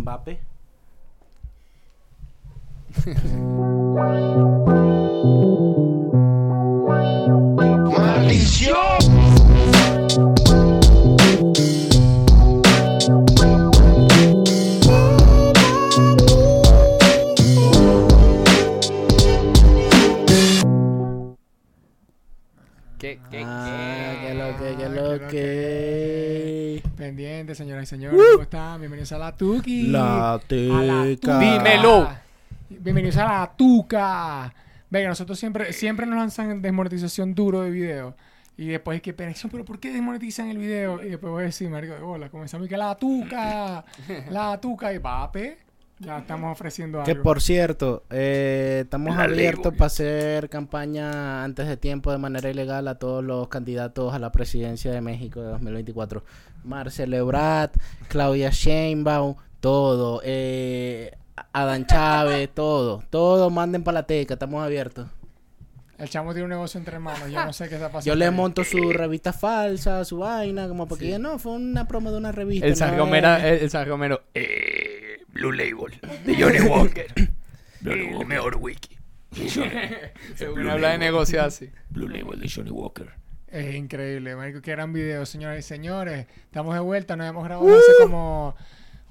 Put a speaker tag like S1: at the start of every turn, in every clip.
S1: Mbappé.
S2: ¿Qué, qué, qué?
S3: Ah, qué lo que, qué
S4: Ah,
S3: lo
S4: qué lo
S3: que.
S4: Pendiente, señoras y señores. ¿Cómo están? Bienvenidos a la Tuki.
S1: La
S4: A la
S1: teca.
S4: Tuca.
S2: Dímelo.
S4: Bienvenidos a la Tuca. Venga, nosotros siempre, siempre nos lanzan desmonetización duro de video. Y después es que penalización, pero ¿por qué desmonetizan el video? Y después voy a decir, marico, hola, comenzamos y que la Tuca. La Tuca. Y pape, ya estamos ofreciendo algo.
S3: Que por cierto, eh, estamos
S2: La ley,
S3: abiertos
S2: güey.
S3: para hacer campaña antes de tiempo de manera ilegal a todos los candidatos a la presidencia de México de 2024. Marcelo Ebrard, Claudia Sheinbaum, todo. Eh, Adán Chávez, todo. Todo manden para la teca, estamos abiertos.
S4: El chamo tiene un negocio entre manos, yo no sé qué está pasando.
S3: Yo le
S4: ahí.
S3: monto su revista falsa, su vaina, como porque ya no, fue una promo de una revista.
S2: El
S3: ¿no?
S2: San Romero, el, el San Romero, eh, Blue Label, de Johnny Walker, el mejor wiki. Según habla de negocios así.
S5: Blue Label de Johnny Walker.
S4: Es increíble, marico, que eran videos, señoras y señores. Estamos de vuelta, nos hemos grabado hace como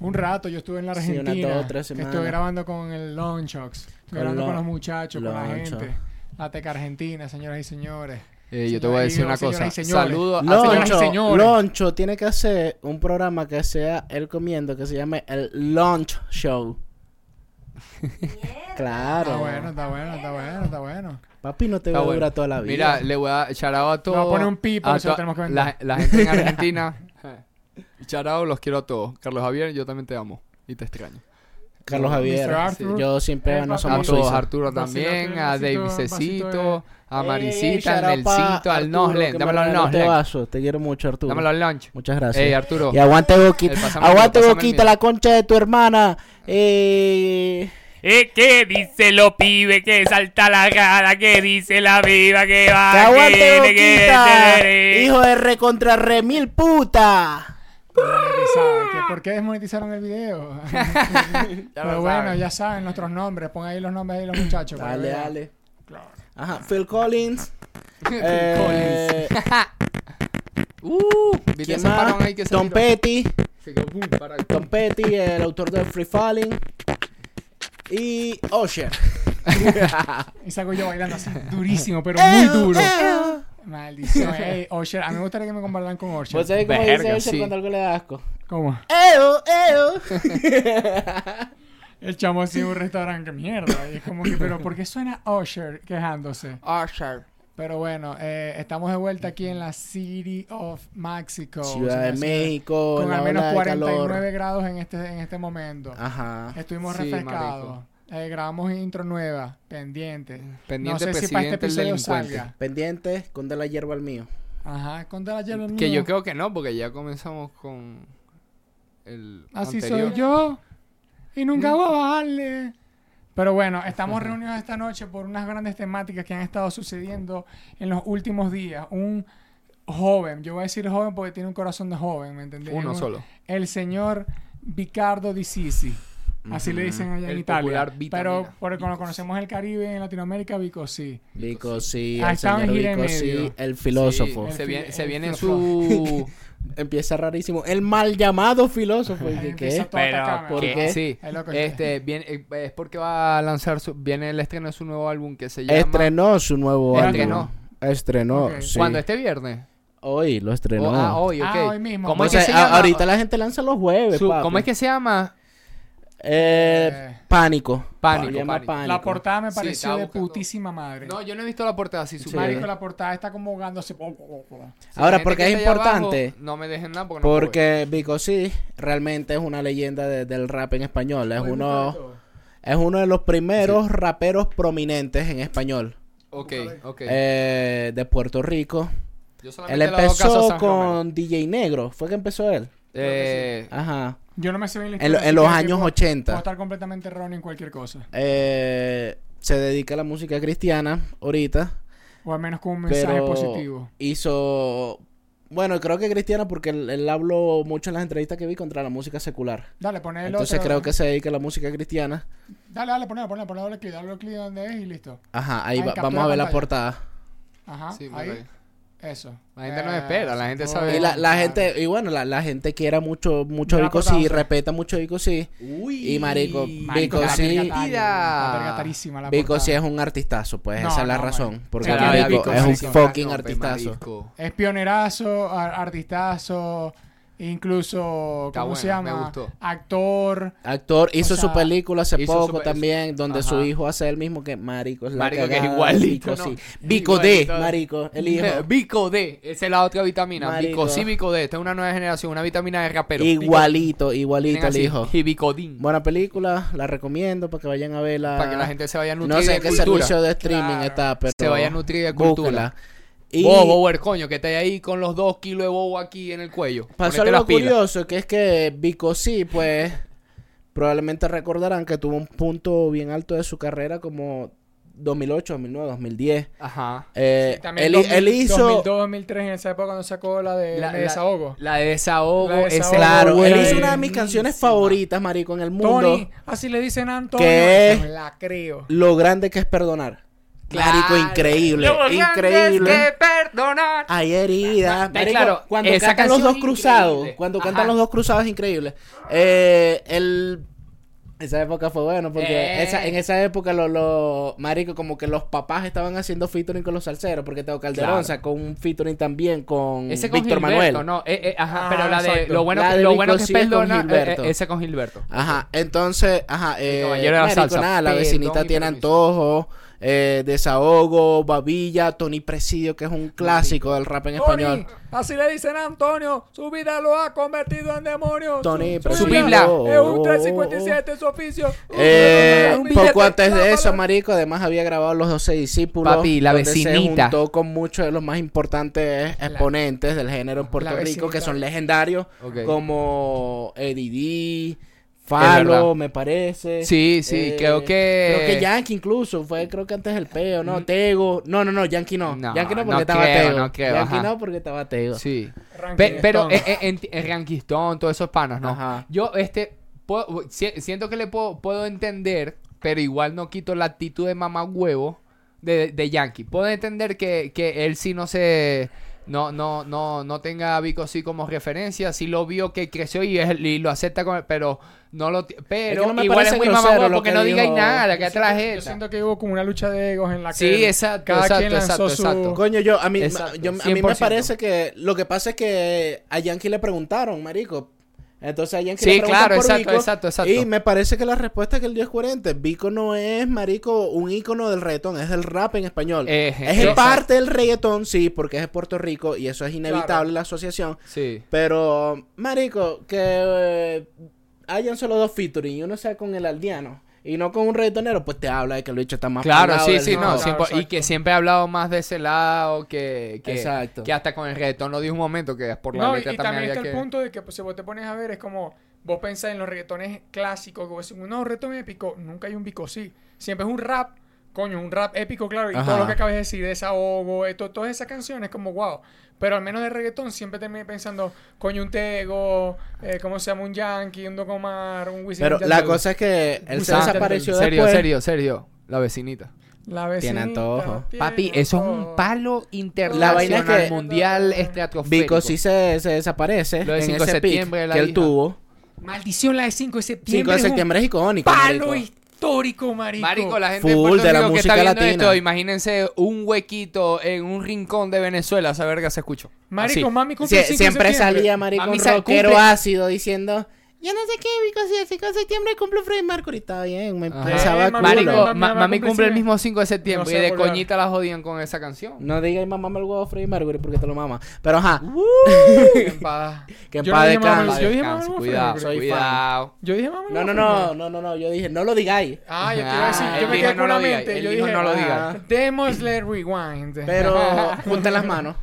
S4: un rato. Yo estuve en la
S3: Sí, una,
S4: Argentina.
S3: dos, tres
S4: que
S3: semanas.
S4: Estuve grabando con el Lonchox, estuve
S3: Con
S4: grabando
S3: lo-
S4: con los muchachos, con la
S3: Lonchox.
S4: gente. La Teca Argentina, señoras y señores.
S2: Eh, yo te voy a decir una
S4: Señoras y
S2: cosa.
S4: señores.
S2: Saludos a
S4: señoras y
S3: Loncho,
S4: señores.
S3: Loncho tiene que hacer un programa que sea él comiendo que se llame el Lunch Show. claro.
S4: Está bueno, está bueno, está bueno, está bueno.
S3: Papi no te va
S2: Está
S3: a
S2: Ah, bueno.
S3: durar toda la vida.
S2: Mira, le voy a charao a todos.
S4: Vamos a poner un pi, porque
S2: a
S4: eso lo
S2: to-
S4: tenemos que vender.
S2: La, la gente en Argentina. charao, los quiero a todos. Carlos Javier, yo también te amo y te extraño.
S3: Carlos Javier.
S4: Mr. Arthur.
S3: sí, yo siempre
S4: Eh,
S3: no
S4: papi.
S2: A
S3: somos
S4: Arturo,
S2: todos,
S3: suizos.
S2: Arturo
S4: Vasito,
S2: también,
S4: Arturo,
S2: a
S4: vasito,
S2: Davidcito,
S4: vasito
S2: a
S3: Ey,
S2: Maricita,
S3: shout
S2: al
S3: out pa'
S2: Nelsito, al
S3: Arturo, que
S2: Noslen.
S3: en
S2: Dámelo al
S3: verdad no Te,
S2: Noslen.
S3: Este vaso. te quiero mucho, Arturo.
S2: Dámelo al lunch.
S3: Muchas gracias.
S2: Ey, Arturo.
S3: Y aguante boquita.
S2: Eh, pásame el
S3: aguante
S2: mío, pásame el
S3: boquita,
S2: mío. Ah,
S3: la concha de tu hermana. Eh,
S5: Eh, ¿qué dice los pibes? Que salta la cara, que dice la viva, que va.
S3: que aguante
S5: viene,
S3: boquita.
S5: que-
S3: Hijo de re contra re mil puta.
S4: Desmonetizado, que ¿Por qué desmonetizaron el video?
S2: Ya
S4: Pero
S2: lo
S4: bueno,
S2: saben.
S4: ya saben nuestros nombres. Pon ahí los nombres de los muchachos. para
S3: Dale,
S4: que vean.
S3: dale.
S4: Claro.
S3: Ajá, Phil Collins. eh,
S2: Uh, ¿viste
S3: ¿Quién
S2: ese
S3: más?
S2: parón ahí que se
S3: Tom
S2: tiró?
S3: Petty.
S2: Se quedó, boom, para-
S3: Tom Petty, el autor de Free Falling. Y oh, Osher.
S4: Y salgo yo bailando así durísimo, pero muy duro.
S3: Eh,
S4: Maldición. Ey, Osher, a mí me gustaría que me compararan con Osher.
S3: ¿Vos sabés cómo dice
S2: Verga,
S3: Osher
S2: sí.
S3: cuando algo le da asco?
S4: ¿Cómo?
S3: Eo, eo.
S4: El chamo así en un restaurante, que mierda. Y es como que, pero ¿por qué suena Osher quejándose?
S2: Usher.
S4: Pero bueno, eh, estamos de vuelta aquí en la City of Mexico.
S3: Ciudad de
S4: señoras y señores,
S3: México,
S4: Con
S3: la
S4: al menos
S3: ola de
S4: 49
S3: calor.
S4: grados en este, en este momento.
S3: Ajá.
S4: Estuvimos
S2: Ah, Sí,
S4: refrescados.
S2: marico.
S4: Eh, grabamos intro nueva, pendiente.
S2: Pendiente
S4: no sé si para este
S2: presidente, el
S4: episodio
S2: delincuente.
S4: salga.
S3: Pendiente, esconde la hierba al mío.
S4: Ajá, contra la hierba
S2: Que yo creo que no, porque ya comenzamos con el
S4: Así
S2: anterior.
S4: soy yo. Y nunca voy a bajarle. Pero bueno, estamos reunidos esta noche por unas grandes temáticas que han estado sucediendo en los últimos días. Un joven, yo voy a decir joven porque tiene un corazón de joven, ¿me entendés?
S2: Uno
S4: Un-
S2: solo.
S4: El señor Vicardo Di Sisi. Así le dicen allá en
S2: El
S4: Italia.
S2: popular vitamina,
S4: Pero por como lo
S2: Vicosi.
S4: conocemos en el Caribe, en Latinoamérica, Vico sí.
S3: Vico, sí,
S4: Ah,
S3: el
S4: estaba en
S3: señor
S4: gira en
S3: Vico, sí,
S4: medio.
S3: el filósofo.
S2: Sí, se
S4: El
S2: viene,
S4: fil-
S2: se
S4: el
S2: viene
S4: filósofo.
S2: su...
S3: Empieza rarísimo. El mal llamado filósofo.
S4: Ahí
S3: ¿y
S4: empieza
S3: ¿Qué?
S4: todo a
S5: Pero,
S4: atacarme.
S3: ¿por qué?
S2: Sí,
S4: Es loco,
S2: este, viene, eh, es porque va a lanzar su... Viene el estreno de su nuevo álbum que se llama...
S3: Estrenó su nuevo álbum.
S2: Estrenó.
S3: Estrenó,
S4: Ok.
S3: sí.
S2: ¿Cuándo? ¿Este viernes?
S3: Hoy lo estrenó.
S2: Oh, ah, hoy, ok.
S4: Ah, hoy mismo.
S2: ¿Cómo es
S3: O
S2: que
S3: sea,
S2: se
S3: a-
S2: llama?
S3: ahorita la gente lanza los jueves,
S2: Su-
S3: papi.
S2: ¿Cómo es que se llama?
S3: Eh, pánico.
S2: Pánico,
S3: Se llama
S2: pánico.
S4: La portada me
S2: Sí,
S4: pareció
S2: estaba
S4: de
S2: buscando.
S4: putísima madre.
S2: No, yo no he visto la portada. Si su
S3: Sí.
S4: Marico, la portada está como ahogándose.
S3: Ahora, porque es importante.
S2: no me dejen nada porque no
S3: porque
S2: pues.
S3: Vico sí, realmente es una leyenda de- del rap en español. Es uno, es uno de los primeros raperos prominentes en español
S2: puedo. Ok, ok.
S3: eh, de Puerto Rico.
S2: yo
S3: Él
S2: solamente le hago caso a
S3: empezó
S2: San Romero.
S3: con DJ Negro. Fue que empezó él.
S2: Eh,
S3: Ajá.
S4: Yo no me sé bien la
S3: En, lo-
S4: historia,
S3: en
S4: así
S3: los
S4: que
S3: años
S4: puedo-
S3: 80.
S4: Puedo estar completamente erróneo en cualquier cosa.
S3: Eh, se dedica a la música cristiana ahorita.
S4: O al menos con un mensaje
S3: pero
S4: positivo.
S3: hizo Bueno, creo que cristiana porque él, él habló mucho en las entrevistas que vi contra la música secular.
S4: Dale, ponelo.
S3: Entonces creo que se dedica a la música cristiana.
S4: Dale, dale, ponelo, ponelo, ponelo, dale clic, dale clic donde es y listo.
S3: Ajá, ahí
S4: Ahí,
S3: va-
S4: captura
S3: vamos a ver la
S4: pantalla.
S3: portada.
S4: Ajá,
S2: Sí,
S4: ¿Ah? ahí.
S2: bueno.
S4: Eso.
S2: La gente no
S4: Eh,
S2: espera, la gente
S4: por-
S2: sabe-
S3: Y la, la
S4: Claro.
S3: gente, y bueno, la, la gente quiera mucho, mucho
S4: Ya la
S3: Vico sí,
S4: portada, o sea.
S3: respeta mucho Vico sí.
S2: Uy.
S3: Y marico,
S4: Marico,
S3: Vico
S4: la
S3: sí.
S4: verga tarísima, La
S2: Tira.
S4: verga tarísima, la
S3: Vico
S4: portada.
S3: sí es un artistazo, pues
S4: No,
S3: esa es la
S4: no,
S3: razón.
S4: marico.
S3: Porque
S4: Sí,
S3: la
S4: claro,
S3: Vico
S4: Vico
S3: es
S4: sí,
S3: un
S4: claro.
S3: fucking artistazo.
S2: Está
S4: Es pionerazo, ar- artistazo, incluso,
S2: Está
S4: ¿cómo
S2: bueno,
S4: se llama?
S2: me gustó.
S4: Actor.
S3: Actor hizo
S4: O sea,
S3: su película hace
S2: hizo su
S3: poco
S2: pe-
S3: también, donde su
S2: Ajá.
S3: hijo hace el mismo que Marico. Es la
S2: Marico, que es
S3: cagada,
S2: igualito,
S3: Vico,
S2: ¿no?
S3: sí. Vico D,
S2: Igualito.
S3: Marico, el hijo.
S2: Vico D, esa es la otra vitamina.
S3: Marico.
S2: Vico sí, Vico D. Esta es una nueva generación, una vitamina de rapero.
S3: igualito, igualito el hijo.
S2: Y Vicodin.
S3: Buena película, la recomiendo para que vayan a verla.
S2: para que la gente se vaya a nutrir
S3: No sé
S2: de
S3: en qué
S2: cultura.
S3: servicio de streaming
S4: Claro.
S3: está, pero
S2: Se vaya a nutrir de
S3: búscala.
S2: cultura.
S3: Y
S2: Vos, Bower, coño, que estáis ahí con los dos kilos de bobo aquí en el cuello.
S3: pasó
S2: Ponete las
S3: algo
S2: pilas.
S3: curioso, que es que Vico sí, pues probablemente recordarán que tuvo un punto bien alto de su carrera como 2008, 2009, 2010.
S2: Ajá.
S3: Eh,
S4: Y también
S3: él,
S4: 2000,
S3: él hizo
S4: 2002, 2003, en esa época cuando sacó Eh, la de,
S2: La-
S4: Me
S2: la-
S4: desahogo.
S2: La de desahogo,
S4: La de
S2: esa
S4: desahogo,
S3: claro,
S4: Tony,
S3: él
S4: eh,
S3: hizo una de mis canciones
S2: buenísima.
S3: favoritas, marico, en el mundo.
S4: Tony, así le dicen a Antonio.
S3: ¿Qué?
S4: No me la creo.
S3: Lo grande que es perdonar.
S2: Claro.
S3: Marico, increíble,
S2: Lo grande
S3: increíble.
S2: es que perdonar.
S3: Hay heridas.
S2: Está
S3: Marico,
S2: claro,
S3: cuando
S2: esa
S3: cantan los
S2: canción
S3: dos
S2: es
S3: cruzados.
S2: increíble.
S3: Cuando
S2: Ajá.
S3: cantan los dos cruzados es increíble. Eh, el- Esa época fue bueno porque
S2: Eh.
S3: esa, en esa época los marico como que los papás estaban haciendo featuring con los salseros porque Teo Calderón
S2: Claro.
S3: sacó un featuring también con
S2: Ese con
S3: Víctor
S2: Gilberto,
S3: Manuel.
S2: No, eh, eh, ajá,
S4: Ah,
S2: pero la de
S4: exacto.
S2: lo bueno,
S3: La
S2: que-
S3: de
S2: lo
S3: Vico
S2: bueno que es
S3: sí es con
S2: perdona, eh,
S3: Gilberto.
S2: eh, ese con Gilberto.
S3: Ajá, entonces, ajá, eh,
S2: caballero de la
S3: marico,
S2: salsa,
S3: nada, la
S2: perdón
S3: vecinita
S2: y
S3: tiene
S2: permiso.
S3: antojo, eh, desahogo, babilla, Tony Presidio que es un clásico del rap en español.
S4: Tony, así le dicen a Antonio. Su vida lo ha convertido en demonio.
S3: Tony
S4: su, su
S3: Presidio.
S4: Biblia
S3: Oh.
S4: es un 357 en su oficio.
S3: Eh,
S4: Un billete
S3: poco antes
S4: para-
S3: de eso, marico, además había grabado Los 12 Discípulos.
S2: Papi, La
S3: donde Se
S2: Vecinita.
S3: juntó con muchos de los más importantes exponentes del género en Puerto
S4: La
S3: Rico, que
S4: Vecinita.
S3: son legendarios,
S2: Ok.
S3: como Eddie D,
S2: Es
S3: Falo,
S2: verdad.
S3: me parece.
S2: Sí, sí,
S3: Eh,
S2: creo que. Mm.
S3: Creo que Yankee incluso, fue creo que antes el peo, ¿no? Tego. No, no, no, Yankee no.
S2: No,
S3: Yankee no porque
S2: no
S3: estaba
S2: creo,
S3: Tego.
S2: no creo,
S3: Yankee
S2: ajá.
S3: no porque estaba Tego.
S2: Sí.
S4: Ranking
S2: Pe- pero
S4: Stone.
S2: eh, eh, en, en Rankistón, todos esos panos, ¿no?
S3: Ajá.
S2: Yo, este, puedo- si- siento que le puedo, puedo entender, pero igual no quito la actitud de mamá huevo de, de Yankee. Puedo entender que, que él sí no se. No, no, no, no tenga a Vico sí como referencia, sí lo vio que creció y, es- y lo acepta, como- pero no lo. ti-
S3: Es
S2: Pero
S3: que no me
S2: igual
S3: parece
S2: es muy
S3: grosero
S2: mamá
S3: lo
S2: porque
S3: que
S2: no digáis
S3: dijo.
S2: nada, que
S4: Yo
S2: atrás
S4: siento- Yo siento que hubo como una lucha de egos en la que
S2: Sí, exacto,
S4: cada
S2: exacto,
S4: quien lanzó
S2: exacto,
S4: su...
S2: exacto.
S3: Coño, yo a mí,
S2: Exacto,
S3: yo- a mí me
S2: 100%.
S3: parece que lo que pasa es que a Yankee le preguntaron, marico. Entonces a Yankee
S2: Sí,
S3: le preguntan
S2: claro,
S3: por
S2: exacto,
S3: Vico,
S2: exacto, exacto.
S3: Y me parece que la respuesta que él dio es coherente. Vico no es, marico, un ícono del reggaetón, es del rap en español.
S2: Eh,
S3: es
S2: exacto.
S3: parte del reggaetón, sí, porque es de Puerto Rico y eso es inevitable la asociación.
S2: Sí.
S3: Pero, marico, que eh, hayan solo dos featuring y uno sea con el aldeano y no con un reggaetonero, pues te habla de que el bicho está más
S2: Claro,
S3: pa'l lado
S2: sí,
S3: del
S2: sí, no.
S4: Claro,
S2: siempre- y
S4: exacto.
S2: que siempre ha hablado más de ese lado, que, que,
S3: Exacto.
S2: que hasta con el reggaetón lo dijo un momento, que es por la
S4: No, y,
S2: letra
S4: y
S2: también
S4: también está
S2: había
S4: el
S2: que...
S4: punto de que pues, si vos te pones a ver es como... Vos pensás en los reggaetones clásicos, que vos decís, no, reggaetón épico, nunca hay un bico sí. Siempre es un rap, coño, un rap épico, claro, y
S3: Ajá.
S4: todo lo que acabas de decir, desahogo, esto, todas esas canciones, como wow. Pero al menos de reggaetón siempre terminé pensando, coño, un Tego, eh, ¿cómo se llama? Un Yankee, un Docomar, un Wisin.
S3: Pero
S4: y
S3: la
S4: Yandel.
S3: cosa es que él se
S4: Ah,
S3: desapareció
S2: serio,
S3: después.
S2: serio, serio. La vecinita.
S4: La vecina.
S3: antojo.
S2: Papi, eso es un palo
S3: La
S2: internacional,
S3: vaina es que-
S2: mundial,
S3: este,
S2: estratosférico.
S3: Vico sí se, se desaparece
S2: Lo de
S3: en
S2: 5 de
S3: ese pic
S2: septiembre, la
S3: que él
S2: hija.
S3: tuvo.
S4: Maldición la de 5 de septiembre.
S3: 5 de
S4: es un
S3: septiembre es icónico.
S4: Palo
S3: marico.
S4: histórico, marico.
S2: Marico, la gente de
S3: Full
S2: Puerto
S3: de la
S2: Rico que está
S3: música
S2: viendo
S3: latina.
S2: esto, imagínense un huequito en un rincón de Venezuela, esa verga se escuchó.
S4: Marico,
S2: Así.
S4: mami cumple
S3: Ah, Sie-
S4: el 5 de
S3: siempre
S4: septiembre.
S3: salía, marico,
S2: Mami,
S3: un
S2: sal-
S3: rockero
S2: cumple.
S3: ácido diciendo... Yo no sé qué, Vico, si el 5 de septiembre cumple Freddie Mercury. Estaba bien, me
S2: Ajá.
S3: pensaba
S4: Sí,
S3: culo.
S4: Mami,
S2: Eh, Marico,
S4: mami,
S2: ma-
S4: mami,
S2: mami
S4: cumple
S2: cumple el
S4: cien.
S2: mismo 5 de septiembre
S4: No
S2: y
S4: se va a
S2: de
S4: acordar.
S2: coñita la jodían con esa canción.
S3: No digas mamá el huevo a Freddie Mercury porque te lo mama. Pero ajá,
S2: En paz.
S3: que en
S4: Yo
S3: paz
S4: no dije mamá,
S3: descanse.
S4: yo dije
S2: Descanse,
S4: mamá,
S2: cuidado,
S3: Freddie Mercury.
S2: cuidado.
S4: Yo dije, mamá.
S3: No, no, no, no, no, no, yo dije, no lo digáis.
S4: Ah, yo te iba
S2: Ah,
S4: a decir,
S2: él
S4: yo me
S2: dijo
S4: quedé
S2: no
S4: con la
S2: lo diga,
S4: mente.
S2: él
S4: Yo
S2: dijo
S4: dije, "Ah,
S2: no lo
S3: diga.
S4: Démosle rewind.
S3: Pero junten las manos.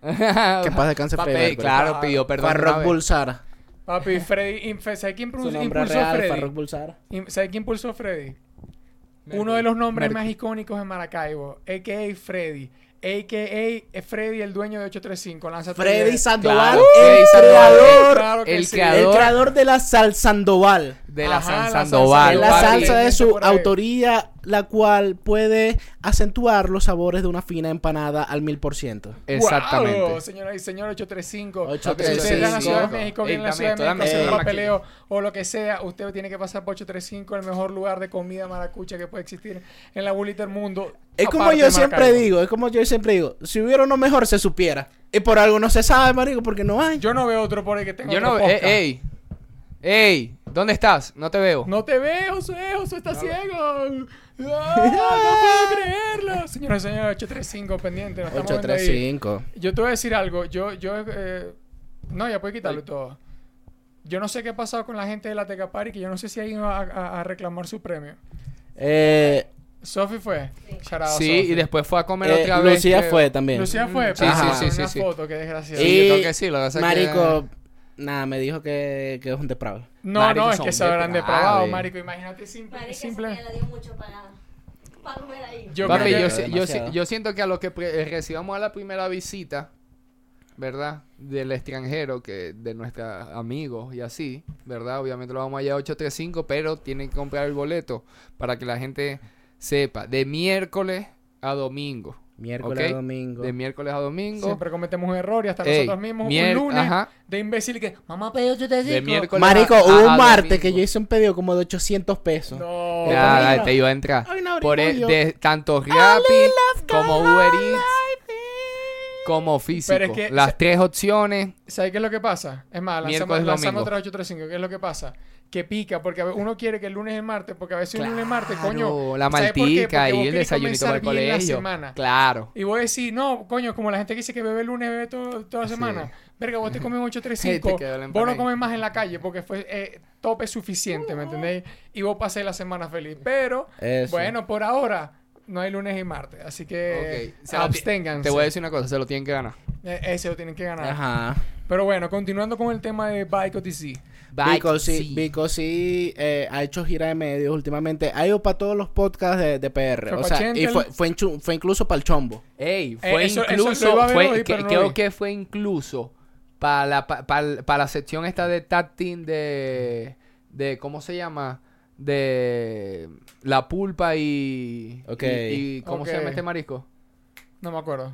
S2: que
S3: en paz descanse
S2: Papi,
S3: Freddie Mercury.
S2: Claro, pidió perdón. de una
S3: Farrock
S2: vez.
S3: Bulsara.
S4: Papi, Freddy, inf- ¿sabes quién
S3: Su
S4: impulsó
S3: nombre
S4: impulsó a
S3: real, Farrock
S4: Freddy?
S3: Bulsara.
S4: Im- ¿Sabes quién impulsó a Freddy? Uno de los nombres más icónicos de Maracaibo, a.k.a. Freddy. a.k.a. Freddy, el dueño de 835. Lanza tu
S3: Freddy
S4: idea.
S3: Sandoval,
S2: Claro,
S3: el,
S2: Freddy Sandoval.
S3: creador,
S4: Claro que
S2: el
S4: sí.
S2: creador.
S3: el creador de la sal Sandoval.
S2: De la
S4: Ajá,
S2: San
S4: la
S2: Sandoval.
S3: Es la
S4: Sandoval.
S2: papi.
S3: salsa de su
S4: Por ahí.
S3: autoría, la cual puede acentuar los sabores de una fina empanada al mil por ciento.
S2: Exactamente.
S4: Wow, señora y señor 835.
S3: 835.
S4: Si usted está en la Ciudad de
S2: 835.
S4: México, viene a la
S2: Ey,
S4: Ciudad de
S2: dame
S4: México,
S2: esto, dame
S4: hace un
S2: esto.
S4: papeleo o lo que sea, usted tiene que pasar por 835, el mejor lugar de comida maracucha que puede existir en la bolita del mundo.
S3: Es como
S4: aparte
S3: yo
S4: de
S3: siempre
S4: Maracaibo.
S3: digo, es como yo siempre digo, si hubiera uno mejor se supiera. Y por algo no se sabe, marico, porque no hay.
S4: Yo no veo otro por ahí que tenga
S2: Yo
S4: otro
S2: no.
S4: podcast.
S2: eh, ey. Ey. ¿Dónde estás? No te veo.
S4: No te veo, José, José está ciego. Ah, no puedo creerlo. Señora, señora, 835 pendiente. nos estamos viendo ahí.
S3: 835.
S4: Yo te voy a decir algo. Yo, yo, eh, no, ya puedes quitarlo todo. Yo no sé qué ha pasado con la gente de la Tecapari, que yo no sé si alguien va a, a- a reclamar su premio.
S3: Eh,
S4: Sofi fue. Shout out,
S2: Sí,
S4: Sofi.
S2: y después fue a comer
S3: eh,
S2: otra vez.
S3: Lucía
S2: creo.
S3: fue también.
S4: Lucía fue,
S2: Sí,
S4: pero
S3: sí,
S4: ah,
S3: sí,
S2: sí,
S4: una
S2: sí.
S4: foto, qué desgraciado.
S2: Sí, yo creo que sí, lo que pasa es que-
S3: Marico, nada, me dijo que, que es un depravado.
S4: No,
S2: Marico,
S4: no, es
S2: son
S4: que se habrán
S2: depravados.
S4: depravado, marico. Imagínate simple,
S1: Marica,
S4: simple.
S1: esa tía la dio mucho para, para comer ahí.
S4: Yo
S2: Papi,
S4: creo
S2: yo,
S4: que-
S2: si- yo, si-
S3: Demasiado.
S2: yo siento que a lo que pre- eh, recibamos a la primera visita, ¿verdad? Del extranjero, que de nuestros amigos y así, ¿verdad? Obviamente lo vamos allá a 835, pero tienen que comprar el boleto para que la gente sepa. De miércoles a domingo.
S3: Miércoles
S2: ¿ok?
S3: a domingo.
S2: De miércoles a domingo.
S4: Siempre cometemos un error y hasta
S2: Ey,
S4: nosotros mismos. Un
S2: mier-
S4: lunes
S2: ajá.
S4: de imbécil que, mamá, pe-
S2: De miércoles
S3: Marico,
S2: a- a-
S3: hubo
S2: a
S3: un martes que
S2: domingo.
S3: yo hice un pedido como de 800 pesos.
S4: No.
S2: Ya,
S3: Comida.
S2: dale, te iba a entrar.
S3: Ay, no,
S2: Por
S3: abrigo
S2: el-
S3: yo.
S2: de tanto Rappi como Uber Eats, como físico.
S4: Pero es que-
S2: Las tres opciones.
S4: ¿Sabes qué es lo que pasa? Es más, lanzamos,
S2: Miércoles,
S4: lanzamos
S2: domingo.
S4: otra 835. ¿Qué es lo que pasa? Que pica, porque a ve- uno quiere que el lunes es martes, porque a veces el lunes es martes, coño.
S2: la
S4: ¿sabes por qué?
S2: maltica
S4: Porque vos
S2: y el
S4: querés
S2: desayunito
S4: comenzar
S2: para el
S4: bien la
S2: colegio.
S4: semana.
S2: Claro.
S4: Y voy a decir, no, coño, como la gente que dice que bebe el lunes, bebe todo- toda la semana. Verga, vos te comes un
S2: Te
S4: 835.
S2: quedó la
S4: vos no
S2: empanada.
S4: comes más en la calle porque fue eh, tope suficiente, ¿me entendéis? Y vos pasé la semana feliz. Pero,
S3: Eso.
S4: bueno, por ahora no hay lunes y martes. Así que
S2: Ok, se la ti-
S4: abstengan.
S2: Te voy a decir una cosa, se lo tienen que ganar.
S4: Ese lo tienen que ganar.
S3: Ajá.
S4: Pero bueno, continuando con el tema de Bike OTC.
S3: Vico sí, Vico sí eh, ha hecho gira de medios últimamente. Ha ido para todos los podcasts de, de PR.
S4: Fue
S3: o
S4: pa'
S3: sea, y
S4: Chentel.
S3: fue, fue, enchu- fue incluso para el chombo.
S2: Ey,
S4: Eh,
S2: fue
S4: eso- eso lo
S2: incluso,
S4: iba a ver
S2: fue-
S4: hoy,
S2: que-
S4: pero no
S2: creo
S4: vi.
S2: que fue incluso para la, pa- pa- pa la sección esta de tag team de, de, ¿cómo se llama? De la pulpa y,
S3: Ok.
S2: y, y ¿cómo se
S4: Ok.
S2: llama este marisco?
S4: No me acuerdo.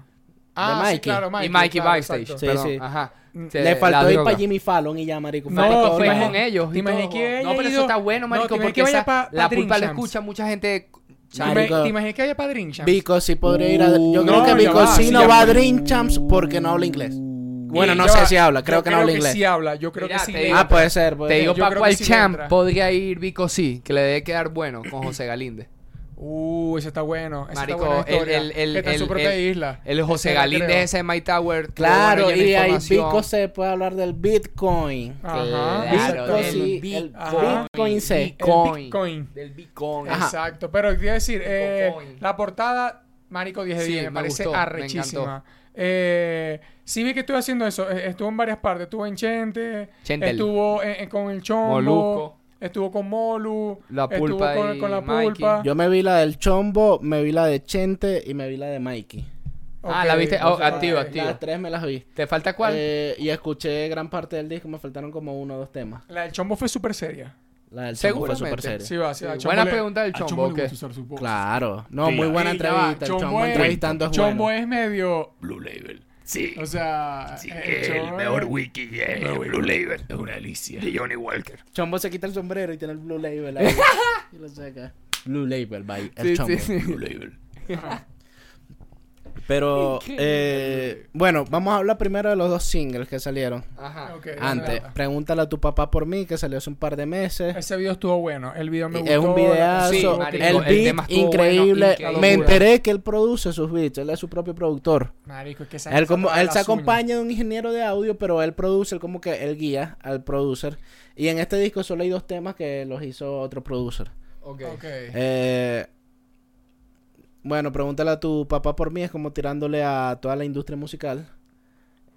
S4: Ah, sí,
S3: Mikey.
S4: claro, Mikey.
S2: y Mikey
S4: claro,
S2: Backstage,
S4: exacto. Mm,
S3: Sí,
S2: perdón,
S3: sí.
S2: ajá. Se-
S3: Le
S2: la
S3: faltó ir
S2: droga.
S3: para Jimmy Fallon y ya, marico. fue
S4: No,
S3: pa' todos
S2: fue
S4: imagínate-
S2: con
S3: lados.
S2: ellos. y
S4: te imaginas
S2: todo.
S4: que haya
S2: no, pero eso
S4: ido-
S2: está bueno,
S4: no,
S2: marico,
S4: te imaginas
S2: porque
S4: que vaya
S2: esa-
S4: pa-
S2: la
S4: pa
S2: pulpa la
S4: Dream
S2: escucha mucha gente.
S4: ¿Te ima-
S3: Marico.
S4: ¿Te imaginas que haya para Dream Champs?
S3: Vico sí podría ir a. Yo
S2: Uh,
S3: creo
S4: no,
S3: que
S4: ya
S3: Vico
S4: va,
S3: sí
S4: sí,
S3: no
S4: ya
S3: va a
S4: va.
S3: Dream Champs porque no habla inglés. Bueno, no
S4: yo-
S3: sé si habla,
S4: yo
S3: creo que no habla inglés.
S4: sí habla, yo creo
S2: Mira,
S4: que sí.
S2: te
S4: le
S2: digo- pues.
S3: Ah,
S4: entra.
S3: puede ser. puede
S2: Te digo,
S3: ser.
S4: creo
S2: ¿para
S4: que
S2: cuál
S4: sí le
S2: champ
S4: entra.
S2: podría ir Vico sí? Que le debe quedar bueno con José Galíndez.
S4: Uh, ese está bueno. Ese
S2: Marico,
S4: está buena
S2: el-
S4: historia.
S2: el- el-
S4: que está en su
S2: el-
S4: propia
S2: el-
S4: isla.
S2: El José
S4: Ese la
S2: Galíndez
S4: creo.
S2: ese de My Tower. que
S3: Claro,
S2: bueno, llena
S3: y ahí
S2: información.
S3: Vico se puede hablar del Bitcoin.
S4: Ajá.
S2: Claro,
S3: Bitcoin,
S2: del
S3: sí,
S2: Bitcoin.
S3: el
S4: Ajá.
S3: Bitcoin se-
S4: El
S2: Bitcoin.
S4: Bitcoin.
S2: Del Bitcoin.
S3: Ajá.
S4: Exacto. Pero quiero decir, eh,
S2: Bitcoin.
S4: la portada, Marico 10 de
S2: Sí,
S4: 10, me,
S2: me
S4: parece
S2: gustó, me
S4: arrechísima.
S2: encantó.
S4: Eh, sí vi que estuve haciendo eso. eh, Estuvo en varias partes. Estuvo en Chente.
S2: Chentel.
S4: Estuvo en- en- con el Chombo.
S2: Molusco.
S4: Estuvo con Molu.
S2: La Pulpa
S4: Estuvo con,
S2: y
S4: con la
S2: Mikey.
S4: pulpa.
S3: Yo me vi la del Chombo, me vi la de Chente y me vi la de Mikey.
S2: Ah, la viste. Oh,
S4: o sea,
S2: activa,
S4: eh,
S2: activa.
S3: Las tres me las vi.
S2: ¿Te falta cuál?
S3: Eh, y escuché gran parte del disco, me faltaron como uno o dos temas.
S4: La del Chombo fue súper seria.
S3: La del Chombo fue
S2: Seguramente,
S3: súper seria.
S4: Sí, va, sí, va.
S2: Sí,
S4: Chombo
S2: buena
S4: le-
S2: pregunta del
S4: a
S2: Chombo,
S4: le
S2: ¿qué?
S4: gusta usar su voz.
S3: Claro. No, muy buena
S4: Ey, ya va,
S3: entrevista. El Chombo,
S4: es-
S3: entrevistando es
S4: Chombo
S3: bueno.
S4: es medio...
S6: Blue Label. Sí.
S4: O sea...
S6: sí,
S4: eh,
S6: que el
S4: Chombo
S6: mejor
S4: es-
S6: wiki
S5: eh,
S6: es Blue Label. Es una alicia. De Johnny Walker.
S3: Chombo se quita el sombrero y tiene el Blue Label ahí. y lo saca. Blue Label by el
S2: Sí,
S3: Chombo.
S2: sí, sí.
S6: Blue Label.
S3: Pero, eh, bueno, vamos a hablar primero de los dos singles que salieron.
S2: Ajá.
S4: Ok, dale,
S3: Antes,
S4: dale.
S3: pregúntale a tu papá por mí, que salió hace un par de meses.
S4: Ese video estuvo bueno. El video me
S3: Y
S4: gustó.
S3: es un
S4: la
S3: videazo,
S4: canción
S2: Sí,
S4: estuvo
S2: marico,
S3: el
S2: el
S4: cringe.
S3: beat
S2: tema estuvo bueno,
S3: increíble.
S2: increíble.
S3: Me enteré que él produce sus beats, él es su propio productor.
S4: Marico, es que esa
S3: Él,
S4: gente
S3: como,
S4: toca
S3: él
S4: las
S3: se
S4: uñas.
S3: acompaña de un ingeniero de audio, pero él produce, él como que él guía al producer. Y en este disco solo hay dos temas que los hizo otro producer.
S2: Ok.
S4: Ok.
S3: Eh, bueno, pregúntale a tu papá por mí, es como tirándole a toda la industria musical.